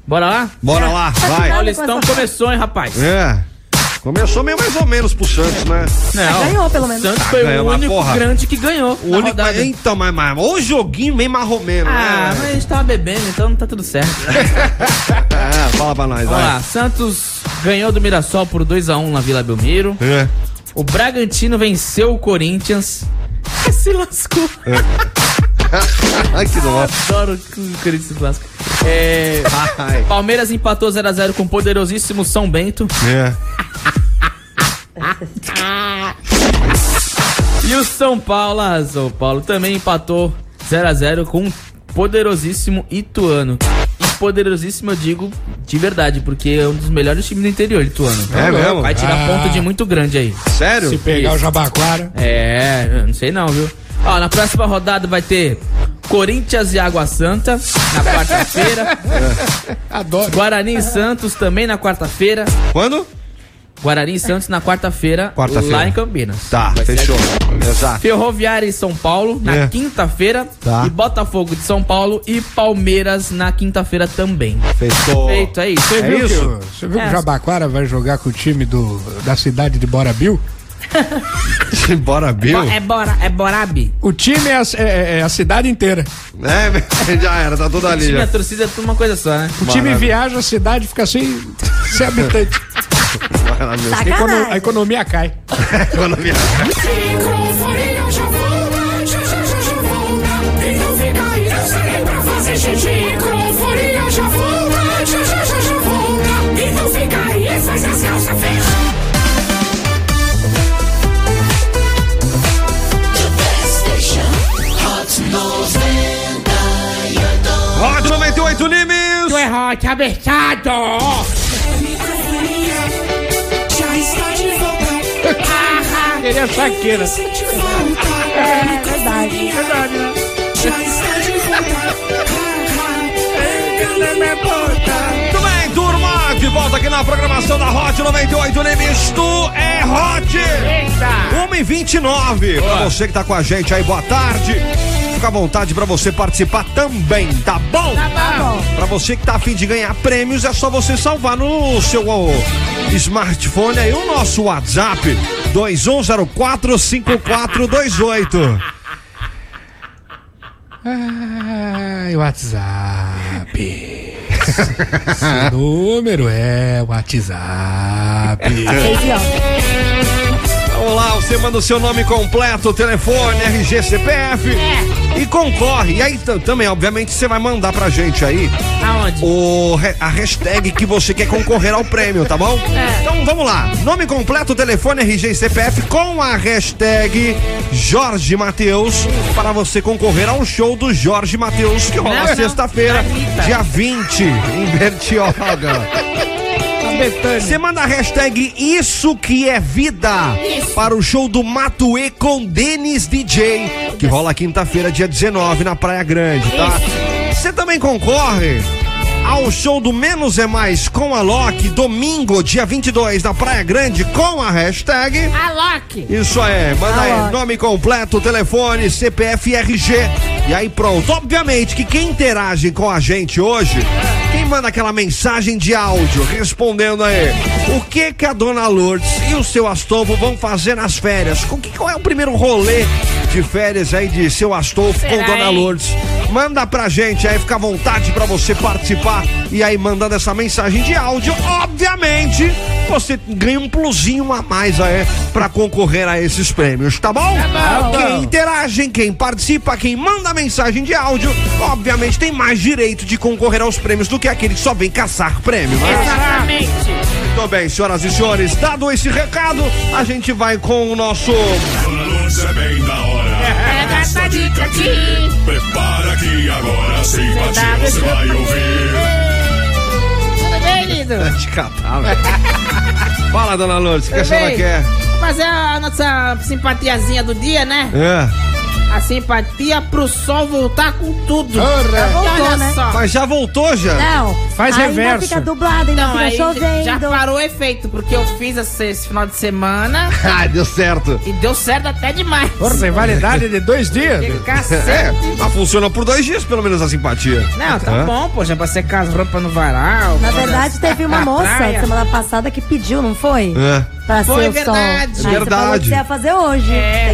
[SPEAKER 6] Bora lá?
[SPEAKER 2] Bora lá, vai.
[SPEAKER 6] Paulistão começou, hein, rapaz?
[SPEAKER 2] É. Começou meio mais ou menos pro Santos, né?
[SPEAKER 6] Não. Ganhou, pelo menos. Santos foi o
[SPEAKER 2] ganhou, mas,
[SPEAKER 6] único grande que ganhou
[SPEAKER 2] O
[SPEAKER 6] na
[SPEAKER 2] único,
[SPEAKER 6] rodada.
[SPEAKER 2] então, mas, mas o joguinho meio marromeno,
[SPEAKER 6] Ah,
[SPEAKER 2] né?
[SPEAKER 6] mas a gente tava bebendo, então não tá tudo certo.
[SPEAKER 2] É, fala pra nós,
[SPEAKER 6] Vamos
[SPEAKER 2] vai.
[SPEAKER 6] lá, Santos ganhou do Mirassol por 2x1 na Vila Belmiro.
[SPEAKER 17] É.
[SPEAKER 6] O Bragantino venceu o Corinthians. Se lascou.
[SPEAKER 2] É. Ai, que
[SPEAKER 6] nossa. Adoro que o Corinthians se lasca. É, Palmeiras empatou 0x0 com o poderosíssimo São Bento.
[SPEAKER 17] É.
[SPEAKER 6] E o São Paulo, ah, São Paulo também empatou 0 a 0 com o poderosíssimo Ituano. E poderosíssimo eu digo de verdade, porque é um dos melhores times do interior, Ituano.
[SPEAKER 17] É mesmo?
[SPEAKER 6] Vai tirar
[SPEAKER 17] Ah.
[SPEAKER 6] ponto de muito grande aí.
[SPEAKER 2] Sério?
[SPEAKER 17] Se pegar o Jabaquara.
[SPEAKER 6] É, eu não sei não, viu? Ó, na próxima rodada vai ter Corinthians e Água Santa na quarta-feira. Adoro. Guarani e Santos também na quarta-feira.
[SPEAKER 2] Quando?
[SPEAKER 6] Guarani e Santos na quarta-feira,
[SPEAKER 2] Quarta-feira.
[SPEAKER 6] lá em Campinas.
[SPEAKER 2] Tá, fechou. Exato.
[SPEAKER 6] Ferroviária e São Paulo na
[SPEAKER 2] É.
[SPEAKER 6] quinta-feira.
[SPEAKER 2] Tá.
[SPEAKER 6] E Botafogo de São Paulo e Palmeiras na quinta-feira também.
[SPEAKER 2] Fechou.
[SPEAKER 6] Feito, é isso.
[SPEAKER 4] Você viu, que, o- você viu que
[SPEAKER 6] É.
[SPEAKER 4] o Jabaquara vai jogar com o time do, da cidade de Borabil?
[SPEAKER 2] Bora, Bill.
[SPEAKER 4] É
[SPEAKER 6] bora, é Borabi.
[SPEAKER 4] O time é a, é- é a cidade inteira.
[SPEAKER 2] É, já era, tá tudo
[SPEAKER 6] O
[SPEAKER 2] ali.
[SPEAKER 6] time,
[SPEAKER 2] Já.
[SPEAKER 6] a torcida é tudo uma coisa só, né?
[SPEAKER 4] O time viaja a cidade e fica sem, sem habitante.
[SPEAKER 2] Maravilha.
[SPEAKER 5] Tá
[SPEAKER 4] A econo- a economia cai.
[SPEAKER 2] Economia.
[SPEAKER 7] Microfonia já volta, já já já já volta. E não fica aí, não serei pra fazer xixi. Microfonia já volta, já já já já volta. E não fica aí, faz as calças fechas.
[SPEAKER 2] Hot 98 Limes!
[SPEAKER 7] Tu é hot, abertado! Já está de volta.
[SPEAKER 17] Ele é saqueira.
[SPEAKER 7] É verdade. Verdade, né? Já está de volta. Entra na minha porta.
[SPEAKER 2] Muito bem, turma, de volta aqui na programação da Hot 98 Limes. Tu é Hot! Eita! 1h29. Pra você que tá com a gente aí, boa tarde. Fica à vontade pra você participar também, tá bom? Tá bom. Pra você que tá afim de ganhar prêmios, é só você salvar no seu ó, smartphone aí o nosso WhatsApp: 21045428.
[SPEAKER 4] Ai, WhatsApp. Esse número é WhatsApp.
[SPEAKER 2] Vamos lá, você manda o seu nome completo, telefone, RG, CPF e concorre. E aí t- também, obviamente, você vai mandar pra gente aí o, re- a hashtag que você quer concorrer ao prêmio, tá bom? Então vamos lá. Nome completo, telefone, RG e CPF com a hashtag Jorge Matheus para você concorrer ao show do Jorge Matheus que é
[SPEAKER 7] Não,
[SPEAKER 2] rola
[SPEAKER 7] não.
[SPEAKER 2] sexta-feira,
[SPEAKER 7] Anitta.
[SPEAKER 2] dia 20, em Bertioga. Você manda a hashtag Isso Que É Vida para o show do Matuê com Denis DJ, que rola quinta-feira, dia 19, na Praia Grande, tá? Você também concorre ao show do Menos é Mais com a Loki, domingo, dia 22, na Praia Grande, com a hashtag...
[SPEAKER 18] Alok!
[SPEAKER 2] Isso é, manda aí nome completo, telefone, CPF e RG. E aí pronto. Obviamente que quem interage com a gente hoje, quem manda aquela mensagem de áudio respondendo aí, o que que a dona Lourdes e o seu Astolfo vão fazer nas férias? Com que, qual é o primeiro rolê de férias aí de seu Astolfo com
[SPEAKER 7] Será,
[SPEAKER 2] dona
[SPEAKER 7] hein?
[SPEAKER 2] Lourdes? Manda pra gente aí, fica à vontade pra você participar. E aí mandando essa mensagem de áudio, obviamente, você ganha um plusinho a mais aí pra concorrer a esses prêmios, tá bom?
[SPEAKER 7] Tá bom.
[SPEAKER 2] Quem interage, quem participa, quem manda mensagem de áudio, obviamente tem mais direito de concorrer aos prêmios do que aquele que só vem caçar prêmio, né?
[SPEAKER 7] Exatamente.
[SPEAKER 2] Muito bem, senhoras e senhores, dado esse recado, a gente vai com o nosso.
[SPEAKER 7] Anúncio é bem da hora.
[SPEAKER 8] É
[SPEAKER 7] essa dica aqui. Prepara que agora sem bater você vai ouvir.
[SPEAKER 10] Bem, lindo.
[SPEAKER 2] Te catar, velho. Fala, dona Lourdes, o que a
[SPEAKER 10] Tudo
[SPEAKER 2] senhora
[SPEAKER 10] bem?
[SPEAKER 2] quer?
[SPEAKER 10] Vou Fazer é a nossa simpatiazinha do dia, né?
[SPEAKER 2] É.
[SPEAKER 10] A simpatia pro sol voltar com tudo. Tá
[SPEAKER 2] Já
[SPEAKER 10] E
[SPEAKER 2] voltou,
[SPEAKER 10] olha
[SPEAKER 2] né?
[SPEAKER 10] só.
[SPEAKER 2] Mas já voltou já?
[SPEAKER 10] ainda
[SPEAKER 5] ainda fica
[SPEAKER 10] Então, aí
[SPEAKER 5] chovendo.
[SPEAKER 10] Já parou o efeito, porque eu fiz esse, esse final de semana
[SPEAKER 2] Ah, deu certo.
[SPEAKER 10] e deu certo até demais.
[SPEAKER 2] Porra, tem validade
[SPEAKER 4] de dois dias?
[SPEAKER 10] Cacete.
[SPEAKER 2] É, mas funciona por dois dias, pelo menos, a simpatia.
[SPEAKER 10] Não, tá
[SPEAKER 2] Hã?
[SPEAKER 10] bom, pô. Já passei com as roupas no varal.
[SPEAKER 5] Na verdade, teve uma
[SPEAKER 10] Na
[SPEAKER 5] moça
[SPEAKER 10] praia.
[SPEAKER 5] semana passada que pediu, não foi?
[SPEAKER 2] É.
[SPEAKER 5] Pra
[SPEAKER 10] Foi
[SPEAKER 5] ser o
[SPEAKER 10] verdade. É,
[SPEAKER 5] som. Aí
[SPEAKER 10] tá
[SPEAKER 5] Você falou que
[SPEAKER 2] Verdade.
[SPEAKER 5] você ia fazer hoje.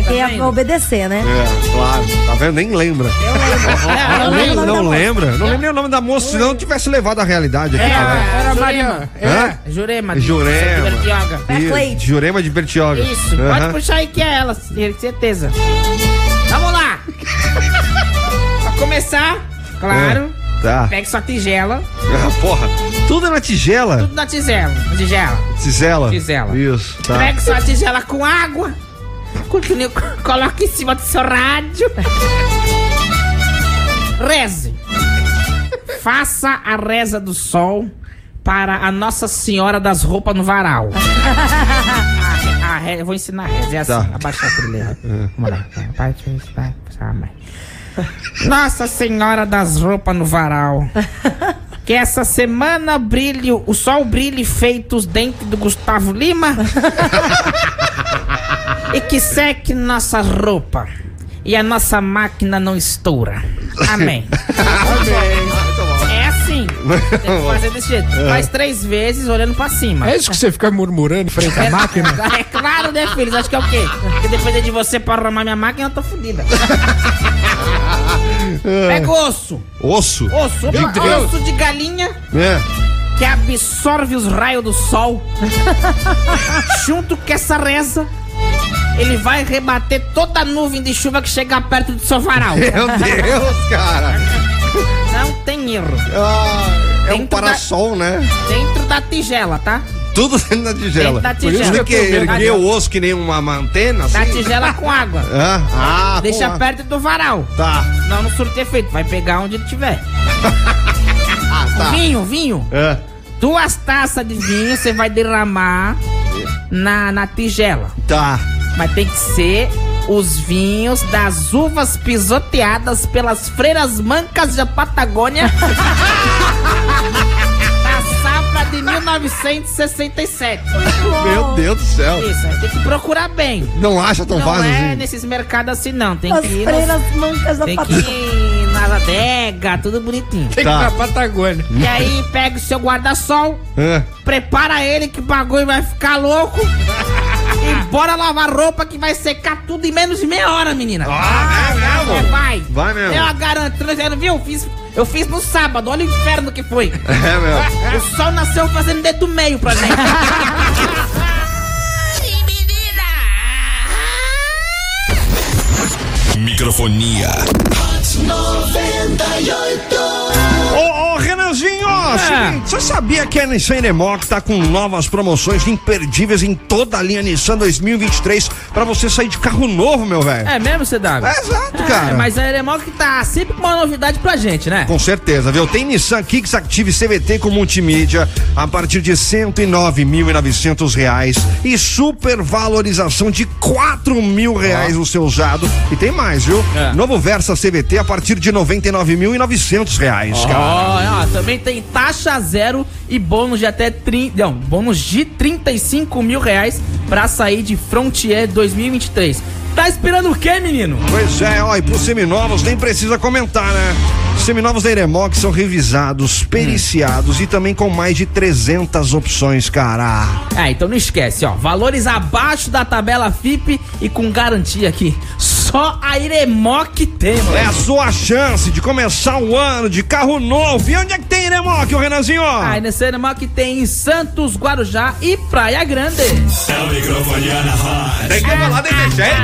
[SPEAKER 5] tem que obedecer, né?
[SPEAKER 2] É, claro. Tá vendo? Nem lembra.
[SPEAKER 5] Eu
[SPEAKER 2] Nem-
[SPEAKER 5] lembro.
[SPEAKER 2] não lembra. Não lembro nem o nome da moça, senão eu tivesse levado a realidade aqui. né?
[SPEAKER 10] Era Mariana.
[SPEAKER 2] Hã?
[SPEAKER 10] É, Jurema.
[SPEAKER 2] Jurema.
[SPEAKER 10] Santa Bertioga.
[SPEAKER 2] Ih, Jurema de Bertioga.
[SPEAKER 10] Isso,
[SPEAKER 2] Aham.
[SPEAKER 10] pode puxar aí que é ela, certeza. Vamos lá! pra começar, claro,
[SPEAKER 2] É, Tá.
[SPEAKER 10] pega sua tigela,
[SPEAKER 2] Ah, porra. Tudo na tigela?
[SPEAKER 10] tudo na tigela, na tigela.
[SPEAKER 2] Tá. Tigela?
[SPEAKER 10] Tigela.
[SPEAKER 2] Isso, tá.
[SPEAKER 10] Pega sua tigela com água, continue, coloque em cima do seu rádio. Reze. Faça a reza do sol para a Nossa Senhora das Roupas no Varal. A re- eu vou ensinar a reza, é assim,
[SPEAKER 7] Tá.
[SPEAKER 10] abaixa a trilha. Vamos lá. então, Vai, vai, vai, vai. Nossa Senhora das Roupas no Varal. Que essa semana brilhe, o sol brilhe feito os dentes do Gustavo Lima. e que seque nossa roupa. E a nossa máquina não estoura. Amém. É assim. Tem que fazer desse jeito.
[SPEAKER 19] É.
[SPEAKER 10] Faz três vezes olhando pra cima.
[SPEAKER 19] É isso que você fica murmurando em frente à máquina?
[SPEAKER 10] É claro, né, filhos? Acho que é o quê? Porque depender de você pra arrumar minha máquina, eu tô fodida. Pega o osso.
[SPEAKER 2] Osso?
[SPEAKER 10] Osso,
[SPEAKER 2] Meu
[SPEAKER 10] opa,
[SPEAKER 2] Deus.
[SPEAKER 10] osso de galinha
[SPEAKER 2] É.
[SPEAKER 10] que absorve os raios do sol. Junto com essa reza, ele vai rebater toda a nuvem de chuva que chegar perto do seu varal.
[SPEAKER 2] Meu Deus, cara.
[SPEAKER 10] Não tem erro.
[SPEAKER 2] É um parasol, né?
[SPEAKER 10] Dentro da tigela, tá?
[SPEAKER 2] Tudo dentro da tigela.
[SPEAKER 10] Dentro da
[SPEAKER 2] Por isso
[SPEAKER 10] tigela.
[SPEAKER 2] que erguer o osso que nem uma uma antena,
[SPEAKER 10] Da
[SPEAKER 2] assim.
[SPEAKER 10] tigela com água.
[SPEAKER 2] Hã? Ah, com
[SPEAKER 10] Deixa
[SPEAKER 2] água.
[SPEAKER 10] perto do varal.
[SPEAKER 2] Tá.
[SPEAKER 10] Não, não surte efeito. Vai pegar onde ele tiver. Vinho, vinho.
[SPEAKER 2] É.
[SPEAKER 10] Duas taças de vinho você vai derramar na, na tigela.
[SPEAKER 2] Tá.
[SPEAKER 10] Mas tem que ser os vinhos das uvas pisoteadas pelas freiras mancas da Patagônia. da safra de 1967.
[SPEAKER 2] Meu Deus do céu.
[SPEAKER 10] Isso, aí tem que procurar bem.
[SPEAKER 2] Não acha tão
[SPEAKER 10] não
[SPEAKER 2] fácil
[SPEAKER 10] é
[SPEAKER 2] assim?
[SPEAKER 10] nesses mercados assim, não. Tem
[SPEAKER 5] As
[SPEAKER 10] que ir.
[SPEAKER 5] freiras
[SPEAKER 10] nos-
[SPEAKER 5] mancas da
[SPEAKER 10] Tem que
[SPEAKER 5] Patagônia.
[SPEAKER 10] ir nas adegas, tudo bonitinho.
[SPEAKER 2] Tem que ir Tá. pra
[SPEAKER 10] Patagônia. E aí pega o seu guarda-sol,
[SPEAKER 2] É.
[SPEAKER 10] prepara ele que o bagulho vai ficar louco. e bora lavar roupa que vai secar tudo em menos de meia hora, menina. Ah, vai, é, vai.
[SPEAKER 2] Vai mesmo.
[SPEAKER 10] Eu garanto, você não viu? Eu fiz, eu fiz no sábado, olha o inferno que foi.
[SPEAKER 2] É mesmo.
[SPEAKER 10] O sol nasceu fazendo dedo do meio pra mim.
[SPEAKER 1] Microfonia.
[SPEAKER 2] Ô, ô Renanzinho,
[SPEAKER 10] Ah.
[SPEAKER 2] ó, seguinte, você sabia que a Nissan Nemox tá com novas promoções imperdíveis em toda a linha Nissan 2023 pra você sair de carro novo, meu velho?
[SPEAKER 6] É mesmo, CW?
[SPEAKER 2] É,
[SPEAKER 10] Ah,
[SPEAKER 2] exato, cara.
[SPEAKER 6] mas a Eremoc tá sempre com uma novidade pra gente, né?
[SPEAKER 2] Com certeza, viu? Tem Nissan Kicks Active CVT com multimídia a partir de R$ 109.900 reais e supervalorização de R$ mil reais o seu usado. E tem mais, viu? Novo Versa CVT a partir de R$ 99.900 reais, cara.
[SPEAKER 6] Ó, ó, também tem taxa zero e bônus de até 30. Não, bônus de 35 mil reais pra sair de Frontier 2023. Tá esperando o quê, menino?
[SPEAKER 2] Pois é, ó, e pros seminovos nem precisa comentar, né? Os Seminovos da Eremox são revisados, periciados e também com mais de 300 opções, cara.
[SPEAKER 6] Ah, então não esquece, ó. Valores abaixo da tabela FIP e com garantia aqui. Só a Iremoc tem, mano.
[SPEAKER 2] É a sua chance de começar o ano de carro novo. E onde é que tem Iremoc, o Renanzinho?
[SPEAKER 6] A Iremoc tem em Santos, Guarujá e Praia Grande.
[SPEAKER 7] É o microfonia na rádio.
[SPEAKER 2] Tem que falar desse jeito.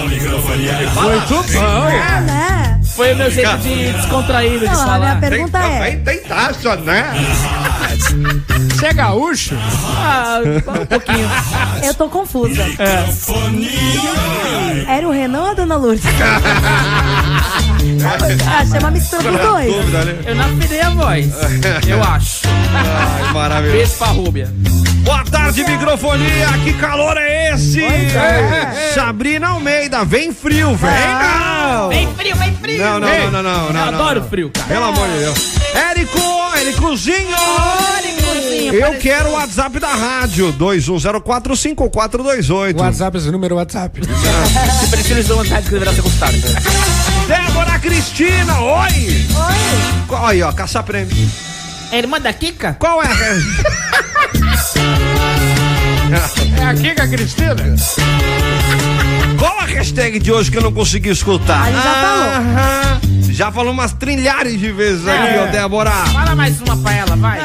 [SPEAKER 7] É o microfonia na
[SPEAKER 2] Muito bom.
[SPEAKER 5] Ah, né?
[SPEAKER 3] Foi o meu jeito de descontraído de
[SPEAKER 5] Não, a
[SPEAKER 3] falar.
[SPEAKER 2] né,
[SPEAKER 5] minha pergunta
[SPEAKER 2] tem,
[SPEAKER 5] é.
[SPEAKER 2] Tem, tem taça, né?
[SPEAKER 4] Você é gaúcho?
[SPEAKER 3] Ah, um pouquinho.
[SPEAKER 5] Eu tô confusa.
[SPEAKER 7] É.
[SPEAKER 5] Era o Renan ou a Dona Lourdes? Achei uma mistura dos dois.
[SPEAKER 3] Eu não afinei a voz, eu acho.
[SPEAKER 2] Ai, maravilhoso.
[SPEAKER 3] Beijo pra Rúbia.
[SPEAKER 2] Boa tarde, microfonia. Que calor é esse?
[SPEAKER 3] é.
[SPEAKER 2] Sabrina Almeida, vem frio, vem não.
[SPEAKER 8] Vem frio, vem frio.
[SPEAKER 2] Não, não,
[SPEAKER 8] Ei,
[SPEAKER 2] não, não, não, não.
[SPEAKER 8] eu adoro
[SPEAKER 3] frio,
[SPEAKER 2] cara. Pelo amor de Deus. Érico, Éricozinho!
[SPEAKER 8] Éricozinho,
[SPEAKER 2] Eu
[SPEAKER 8] apareceu.
[SPEAKER 2] quero o WhatsApp da rádio, 21045428.
[SPEAKER 20] WhatsApp, esse número é WhatsApp.
[SPEAKER 3] Se prefiro dou vontade que deverá ser consultado.
[SPEAKER 2] Débora Cristina, oi!
[SPEAKER 5] Oi!
[SPEAKER 2] Qual, aí, ó, caçar prêmio.
[SPEAKER 10] É irmã da Kika?
[SPEAKER 2] Qual é?
[SPEAKER 4] É a Kika Cristina?
[SPEAKER 2] Qual a hashtag de hoje que eu não consegui escutar?
[SPEAKER 10] Aí já
[SPEAKER 2] Aham. Já falou umas trilhares de vezes aqui,
[SPEAKER 10] É.
[SPEAKER 2] ó, Débora.
[SPEAKER 10] Fala mais uma pra ela, vai.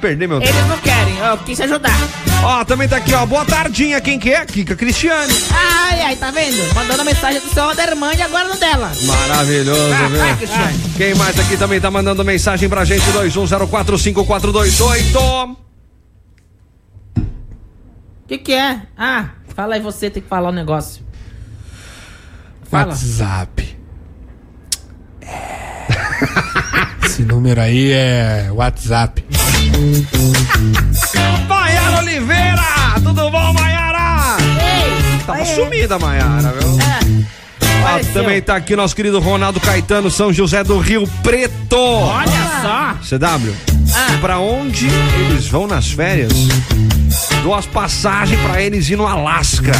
[SPEAKER 2] Perdi meu tempo.
[SPEAKER 10] Eles não querem, eu quis ajudar.
[SPEAKER 2] Ó, também tá aqui, ó. Boa tardinha, quem que é? Kika Cristiane.
[SPEAKER 10] Ai, ai, tá vendo? Mandando mensagem do seu da irmã e agora no dela.
[SPEAKER 2] Maravilhoso,
[SPEAKER 10] Ah, vai,
[SPEAKER 2] viu?
[SPEAKER 10] Cristiane.
[SPEAKER 2] Quem mais aqui também tá mandando mensagem pra gente? 21045428.
[SPEAKER 10] O que que é? Ah, fala aí você, tem que falar um negócio. Fala.
[SPEAKER 20] WhatsApp. É. Esse número aí é WhatsApp.
[SPEAKER 2] Maiara Oliveira! Tudo bom, Maiara? Tava sumida, Maiara, viu? Ah, também tá aqui nosso querido Ronaldo Caetano, São José do Rio Preto.
[SPEAKER 10] Olha
[SPEAKER 2] CW, pra onde eles vão nas férias? Dou as passagens pra eles ir no Alasca.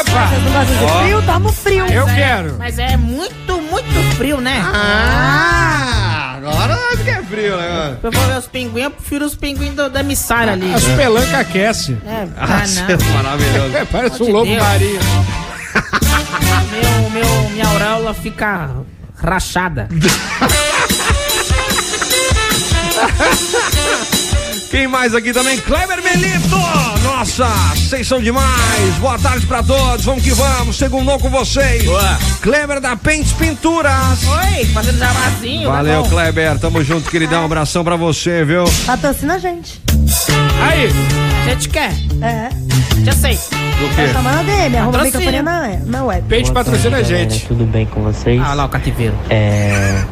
[SPEAKER 4] Opa!
[SPEAKER 5] Vocês não gostam
[SPEAKER 2] Ó.
[SPEAKER 5] de frio? Tamo frio.
[SPEAKER 10] Mas é- Mas é muito, muito frio, né?
[SPEAKER 2] Ah, agora que é frio, né? mano?
[SPEAKER 10] Eu vou ver os pinguins, eu prefiro os pinguins do- da Missara ali.
[SPEAKER 4] As pelancas aquecem.
[SPEAKER 10] É,
[SPEAKER 2] Ah,
[SPEAKER 10] ah,
[SPEAKER 2] cê é maravilhoso.
[SPEAKER 4] É, parece
[SPEAKER 10] Pelo
[SPEAKER 4] um
[SPEAKER 10] amor
[SPEAKER 4] lobo
[SPEAKER 10] de
[SPEAKER 4] marinho.
[SPEAKER 10] não. Meu, meu, minha auréola fica rachada.
[SPEAKER 2] Quem mais aqui também? Kleber Melito! Nossa, vocês são demais! Boa tarde pra todos, vamos que vamos, segundou com vocês! Kleber da Pentes Pinturas!
[SPEAKER 10] Oi, fazendo jabazinho. tá
[SPEAKER 2] Valeu,
[SPEAKER 10] bom?
[SPEAKER 2] Kleber, tamo junto, queridão, um abração pra você, viu?
[SPEAKER 5] Patrocina a gente.
[SPEAKER 4] Aí.
[SPEAKER 10] A gente quer.
[SPEAKER 5] É.
[SPEAKER 10] Já sei.
[SPEAKER 2] Do
[SPEAKER 5] Tá chamando a DM, arroba
[SPEAKER 10] Patrocínio.
[SPEAKER 5] microfone na, na web.
[SPEAKER 4] Pente patrocina a
[SPEAKER 21] Galera,
[SPEAKER 4] gente.
[SPEAKER 21] Tudo bem com vocês?
[SPEAKER 10] Ah lá, o cativeiro.
[SPEAKER 21] É.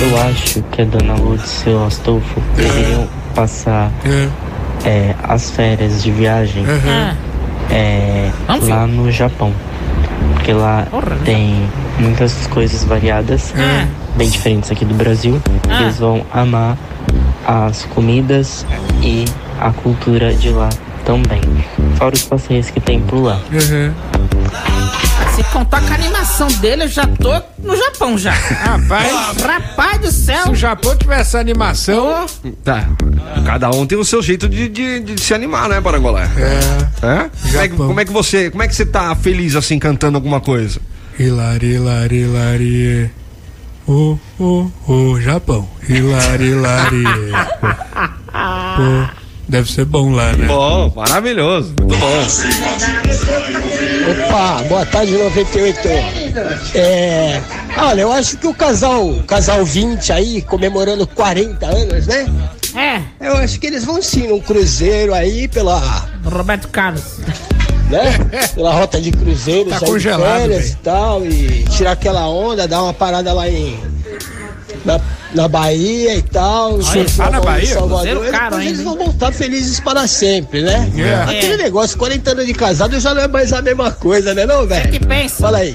[SPEAKER 21] Eu acho que a dona Lourdes e o seu Astolfo deveriam passar é, as férias de viagem
[SPEAKER 10] Ah,
[SPEAKER 21] é,
[SPEAKER 10] Vamos
[SPEAKER 21] lá no Japão. Porque lá tem muitas coisas variadas, bem diferentes aqui do Brasil.
[SPEAKER 10] Ah.
[SPEAKER 21] Eles vão amar as comidas e a cultura de lá também. Fora os passeios que tem por lá.
[SPEAKER 10] se contar com a animação dele, eu já tô no Japão já.
[SPEAKER 4] Rapaz.
[SPEAKER 10] Rapaz do
[SPEAKER 4] Se
[SPEAKER 10] céu.
[SPEAKER 4] o Japão tivesse animação,
[SPEAKER 2] Tá. Cada um tem o seu jeito de, de- de se animar, né, Parangolé? É. Como, é que, como é que você. Como é que você tá feliz assim cantando alguma coisa?
[SPEAKER 20] Hilari, lari, lari. O, o, o, Japão. Hilari, lari. Pô, deve ser bom lá, né?
[SPEAKER 2] Bom, maravilhoso, muito bom.
[SPEAKER 22] Opa, boa tarde 98. É, olha, eu acho que o casal, o casal 20 aí, comemorando 40 anos, né?
[SPEAKER 10] É.
[SPEAKER 22] Eu acho que eles vão sim num cruzeiro aí pela,
[SPEAKER 10] Roberto Carlos.
[SPEAKER 22] né? Pela rota de cruzeiros
[SPEAKER 10] Tá
[SPEAKER 22] aí, de
[SPEAKER 10] congelado,
[SPEAKER 22] férias
[SPEAKER 10] velho.
[SPEAKER 22] e tal e tirar aquela onda, dar uma parada lá em na, na Bahia e tal,
[SPEAKER 4] Olha,
[SPEAKER 22] surfar
[SPEAKER 4] tá na
[SPEAKER 22] lá em
[SPEAKER 4] Bahia?
[SPEAKER 22] Salvador,
[SPEAKER 4] Cruzeiro
[SPEAKER 22] e
[SPEAKER 4] caro
[SPEAKER 22] depois
[SPEAKER 4] ainda,
[SPEAKER 22] eles vão voltar felizes para sempre, né?
[SPEAKER 4] É.
[SPEAKER 22] Aquele negócio, 40 anos de casado já não é mais a mesma coisa, né não, velho?
[SPEAKER 10] que pensa.
[SPEAKER 22] Fala aí.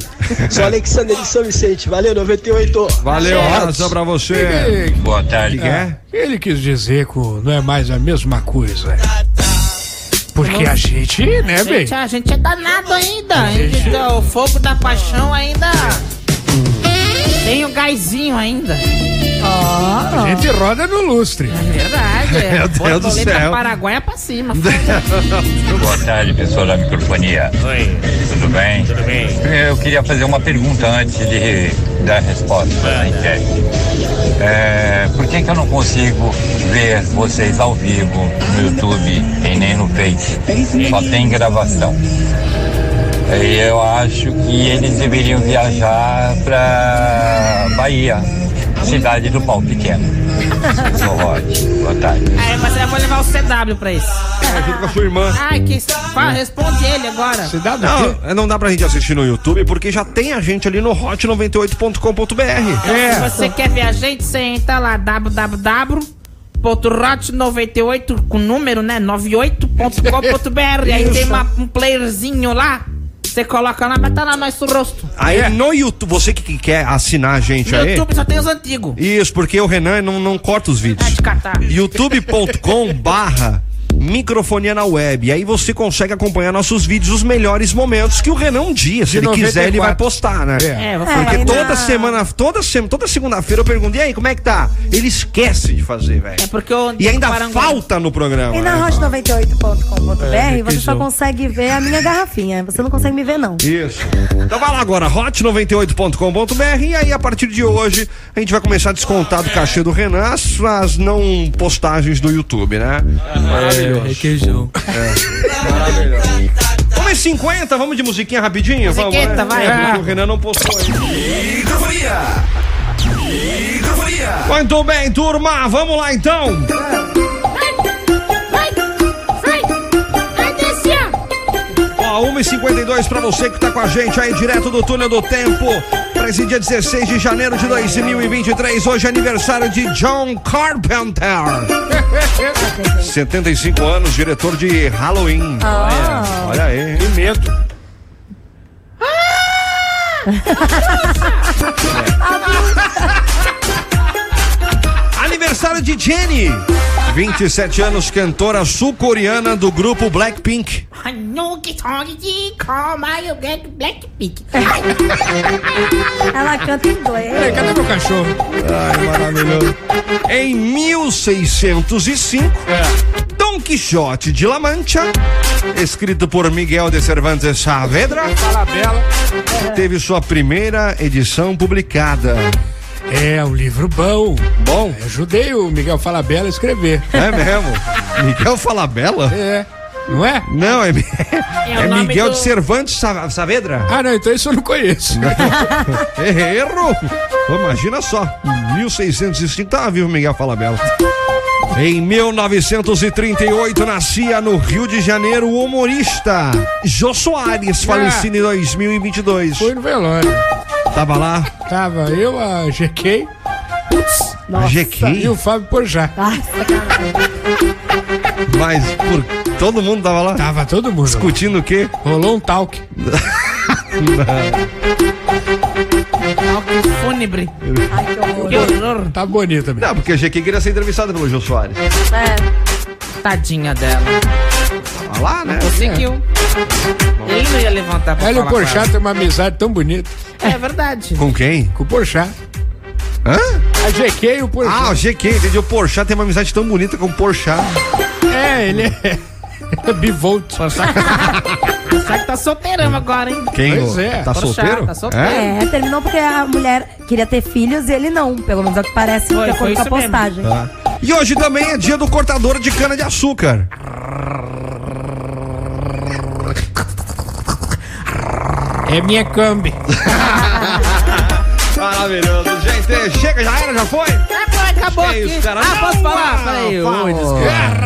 [SPEAKER 22] Sou Alexander de São Vicente, valeu 98.
[SPEAKER 2] Valeu,
[SPEAKER 22] Abraço.
[SPEAKER 2] abração pra você.
[SPEAKER 20] Boa tarde.
[SPEAKER 2] Que é?
[SPEAKER 4] Ah.
[SPEAKER 20] Ele quis dizer que não é mais a mesma coisa. Porque a gente, né,
[SPEAKER 10] a,
[SPEAKER 20] bem?
[SPEAKER 10] gente, a gente é danado ainda. A gente, o fogo da paixão ainda. Tem o gásinho ainda.
[SPEAKER 20] A gente roda no lustre.
[SPEAKER 10] Verdade. é.
[SPEAKER 20] Meu Deus do
[SPEAKER 10] Borboleta
[SPEAKER 20] céu.
[SPEAKER 10] Paraguai é pra cima.
[SPEAKER 23] Boa tarde, pessoal da microfonia. Oi. Tudo bem? Tudo bem. Eu queria fazer uma pergunta antes de dar a resposta da enquete. É, por que, que eu não consigo ver vocês ao vivo no YouTube e nem no Face? Só tem gravação.
[SPEAKER 9] E eu acho que eles deveriam viajar para Bahia, cidade do pau pequeno. Sou Rote, boa tarde.
[SPEAKER 10] Aí você eu vou levar o CW pra isso.
[SPEAKER 2] É, junto com a sua irmã.
[SPEAKER 10] Ai, que. Fala, responde ele agora.
[SPEAKER 2] Não, é, não dá pra gente assistir no YouTube porque já tem a gente ali no hot98.com.br.
[SPEAKER 10] Então, Se
[SPEAKER 20] tá-
[SPEAKER 10] você quer ver a gente, você entra lá www.rot98 com número, né? 98.com.br. Aí tem uma- um playerzinho lá. Você coloca lá, mas tá lá nosso rosto.
[SPEAKER 2] Aí no YouTube, você que- que quer assinar a gente
[SPEAKER 10] No
[SPEAKER 2] aí.
[SPEAKER 10] YouTube só tem os antigos.
[SPEAKER 2] Isso, porque o Renan não, não corta os
[SPEAKER 8] Tá
[SPEAKER 2] vídeos.
[SPEAKER 10] Catar.
[SPEAKER 2] youtube.com barra microfonia na web. E aí você consegue acompanhar nossos vídeos, os melhores momentos que o Renan um dia, se
[SPEAKER 4] De
[SPEAKER 2] ele quiser, ele
[SPEAKER 4] 94.
[SPEAKER 2] vai postar, né?
[SPEAKER 4] É. É, vou fazer
[SPEAKER 2] Porque
[SPEAKER 4] uma-
[SPEAKER 2] toda semana, toda, sem- toda segunda-feira eu pergunto, e aí, como é que tá? Ele esquece de fazer, velho.
[SPEAKER 10] É porque eu...
[SPEAKER 2] E ainda
[SPEAKER 5] Parango-
[SPEAKER 2] falta no programa.
[SPEAKER 5] E na
[SPEAKER 2] né? É,
[SPEAKER 5] hot98.com.br você só
[SPEAKER 2] requeijão.
[SPEAKER 5] consegue ver a minha garrafinha. Você não consegue me ver, não.
[SPEAKER 2] Isso. Então vai lá agora, hot98.com.br e aí a partir de hoje a gente vai começar a descontar do cachê do Renan as, as não postagens do YouTube, né?
[SPEAKER 6] Maravilhoso.
[SPEAKER 2] Requeijão. Maravilhoso. Vamos em 50, vamos de musiquinha rapidinho?
[SPEAKER 24] Musiqueta,
[SPEAKER 2] vamos,
[SPEAKER 24] vai.
[SPEAKER 2] É, porque o Renan não postou ainda.
[SPEAKER 24] Microfonia. Microfonia.
[SPEAKER 2] Muito bem, turma, vamos lá então. Ó, 1h52 pra você que tá com a gente aí direto do túnel do tempo. Pra esse dia 16 de janeiro de 2023, hoje é aniversário de John Carpenter. 75 anos, diretor de Halloween.
[SPEAKER 24] Ah.
[SPEAKER 2] Olha, olha aí. Ah! Que medo. Aniversário de Jenny. 27 anos, cantora sul-coreana do grupo Blackpink.
[SPEAKER 10] I know it's hard to call my black Blackpink.
[SPEAKER 5] Ela canta em inglês.
[SPEAKER 2] cadê meu cachorro? Ai, maravilhoso. Em 1605,
[SPEAKER 4] É.
[SPEAKER 2] Dom Quixote de La Mancha, escrito por Miguel de Cervantes Saavedra, teve sua primeira edição publicada.
[SPEAKER 4] É um livro bom.
[SPEAKER 2] Bom.
[SPEAKER 4] Eu ajudei o Miguel Falabella a escrever.
[SPEAKER 2] É mesmo? Miguel Falabella?
[SPEAKER 4] É. Não é?
[SPEAKER 2] Não, é,
[SPEAKER 4] o
[SPEAKER 2] é
[SPEAKER 4] nome
[SPEAKER 2] Miguel
[SPEAKER 4] do-
[SPEAKER 2] de Cervantes Sa- Saavedra?
[SPEAKER 4] Ah, não, então isso eu não conheço.
[SPEAKER 2] Erro! Imagina só, 1605 tava vivo ah, Miguel Falabella. Em 1938 nascia no Rio de Janeiro o humorista Jô Soares, falecido em 2022. Foi
[SPEAKER 4] no velório.
[SPEAKER 2] Tava lá.
[SPEAKER 4] Tava eu, a GK. Putz,
[SPEAKER 2] Nossa. GK?
[SPEAKER 4] E o Fábio Porjá.
[SPEAKER 2] Mas por... todo mundo tava lá?
[SPEAKER 4] Tava todo mundo.
[SPEAKER 2] Discutindo o quê?
[SPEAKER 4] Rolou um talk.
[SPEAKER 10] Algo fúnebre. Que horror.
[SPEAKER 4] Tá bonito também.
[SPEAKER 2] Não, porque a GQ queria ser entrevistada pelo Jô Soares.
[SPEAKER 10] É. Tadinha dela.
[SPEAKER 2] Tava lá, né?
[SPEAKER 10] Conseguiu. Ele não ia levantar pra
[SPEAKER 4] Olha, o
[SPEAKER 10] falar com
[SPEAKER 4] Porchat tem uma amizade tão bonita.
[SPEAKER 10] É verdade.
[SPEAKER 2] Com quem?
[SPEAKER 4] Com o Porchat.
[SPEAKER 2] Hã?
[SPEAKER 4] A GQ e o Porchat.
[SPEAKER 2] Ah, o GQ, entendi. O Porchat tem uma amizade tão bonita com o Porchat.
[SPEAKER 4] É, ele é bivolt.
[SPEAKER 10] Só que tá solteirão agora, hein?
[SPEAKER 2] Quem,
[SPEAKER 4] Pois
[SPEAKER 2] ô?
[SPEAKER 4] é.
[SPEAKER 2] Tá
[SPEAKER 10] Porchat,
[SPEAKER 2] solteiro?
[SPEAKER 10] tá solteiro.
[SPEAKER 2] É?
[SPEAKER 5] É, terminou porque a mulher queria ter filhos e ele não. Pelo menos é o que parece de acordo com a postagem.
[SPEAKER 2] Tá. E hoje também é dia do cortador de cana-de-açúcar.
[SPEAKER 4] É minha cambi.
[SPEAKER 2] Maravilhoso. Gente, chega, já era, já foi?
[SPEAKER 10] Acabou
[SPEAKER 2] Que é
[SPEAKER 10] aqui.
[SPEAKER 2] isso, cara?
[SPEAKER 10] Ah, posso falar?
[SPEAKER 6] Peraí, ô,
[SPEAKER 10] Fala.
[SPEAKER 2] Ah,
[SPEAKER 6] desgraça.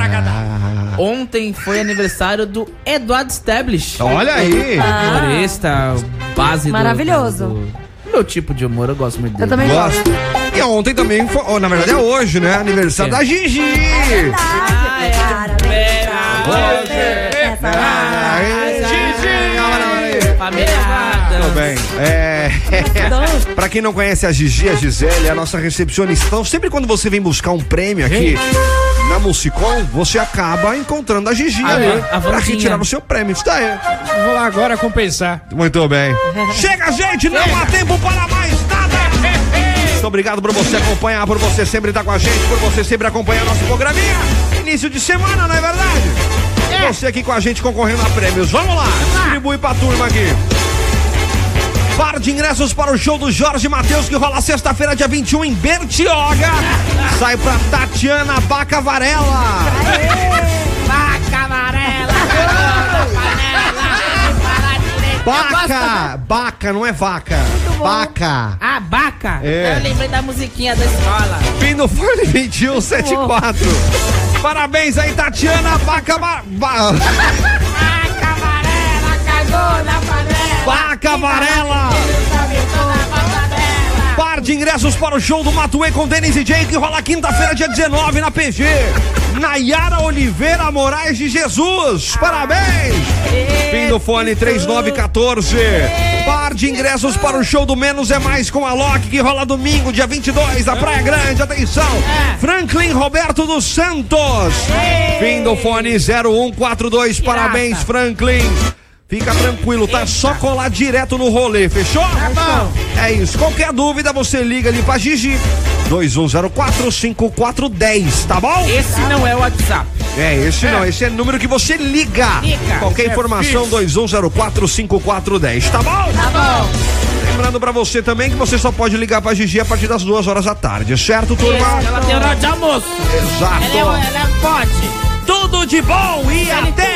[SPEAKER 6] Ontem foi aniversário do Eduardo Stablish.
[SPEAKER 2] então Olha aí.
[SPEAKER 5] Ah.
[SPEAKER 6] Humorista, base do-
[SPEAKER 5] Maravilhoso.
[SPEAKER 6] Do, do meu tipo de humor, eu gosto muito dele.
[SPEAKER 5] Eu também gosto.
[SPEAKER 2] E ontem também foi, oh, na verdade é hoje, né? Aniversário da Gigi.
[SPEAKER 5] É
[SPEAKER 2] Ah, é, Tudo bem. É. pra quem não conhece a Gigi, a Gisele, é a nossa recepcionista. Então, sempre quando você vem buscar um prêmio aqui na Musicom, você acaba encontrando a Gigi
[SPEAKER 4] Ah,
[SPEAKER 2] ali
[SPEAKER 4] a
[SPEAKER 2] pra
[SPEAKER 4] Vandinha.
[SPEAKER 2] retirar o seu prêmio. Isso daí.
[SPEAKER 4] Vou lá agora compensar.
[SPEAKER 2] Muito bem. Chega, gente, não há tempo para mais nada. Muito obrigado por você acompanhar, por você sempre estar com a gente, por você sempre acompanhar nosso programinha. Início de semana, não é verdade? Você aqui com a gente concorrendo a prêmios. É. Vamos lá, distribui pra turma aqui. Par de ingressos para o show do Jorge Matheus que rola sexta-feira, dia 21, em Bertioga. Sai pra Tatiana Baca Varela.
[SPEAKER 10] Vaca amarela.
[SPEAKER 2] Baca! Baca, não é vaca. Baca.
[SPEAKER 8] Ah, baca.
[SPEAKER 2] É.
[SPEAKER 8] Eu lembrei da musiquinha da escola.
[SPEAKER 2] Fim do Forne 2174. Parabéns aí, Tatiana Baca. Ma- Ba- Baca Varela. Par de ingressos para o show do Matuê com Denis e Jake rola quinta-feira, dia 19, na PG. Nayara Oliveira Moraes de Jesus. Parabéns! Fim do fone 3914. Par de ingressos para o show do Menos é Mais com a Loki, que rola domingo, dia 22, na Praia Grande. Atenção! Franklin Roberto dos Santos. Fim do fone 0142. Parabéns, Franklin. Fica tranquilo, tá só colar direto no rolê, fechou? Tá bom. É isso. Qualquer dúvida, você liga ali pra Gigi. 21045410, tá bom?
[SPEAKER 8] Esse não é o WhatsApp.
[SPEAKER 2] É, esse não, esse é o número que você liga.
[SPEAKER 8] Liga.
[SPEAKER 2] Qualquer
[SPEAKER 8] Esse é
[SPEAKER 2] informação, 21045410, tá bom?
[SPEAKER 8] Tá bom.
[SPEAKER 2] Lembrando pra você também que você só pode ligar pra Gigi a partir das duas horas da tarde, certo, turma?
[SPEAKER 8] Ela tem horário de almoço.
[SPEAKER 2] Exato.
[SPEAKER 8] Ela, Ah! é- ela pode.
[SPEAKER 2] Tudo de bom e até
[SPEAKER 9] um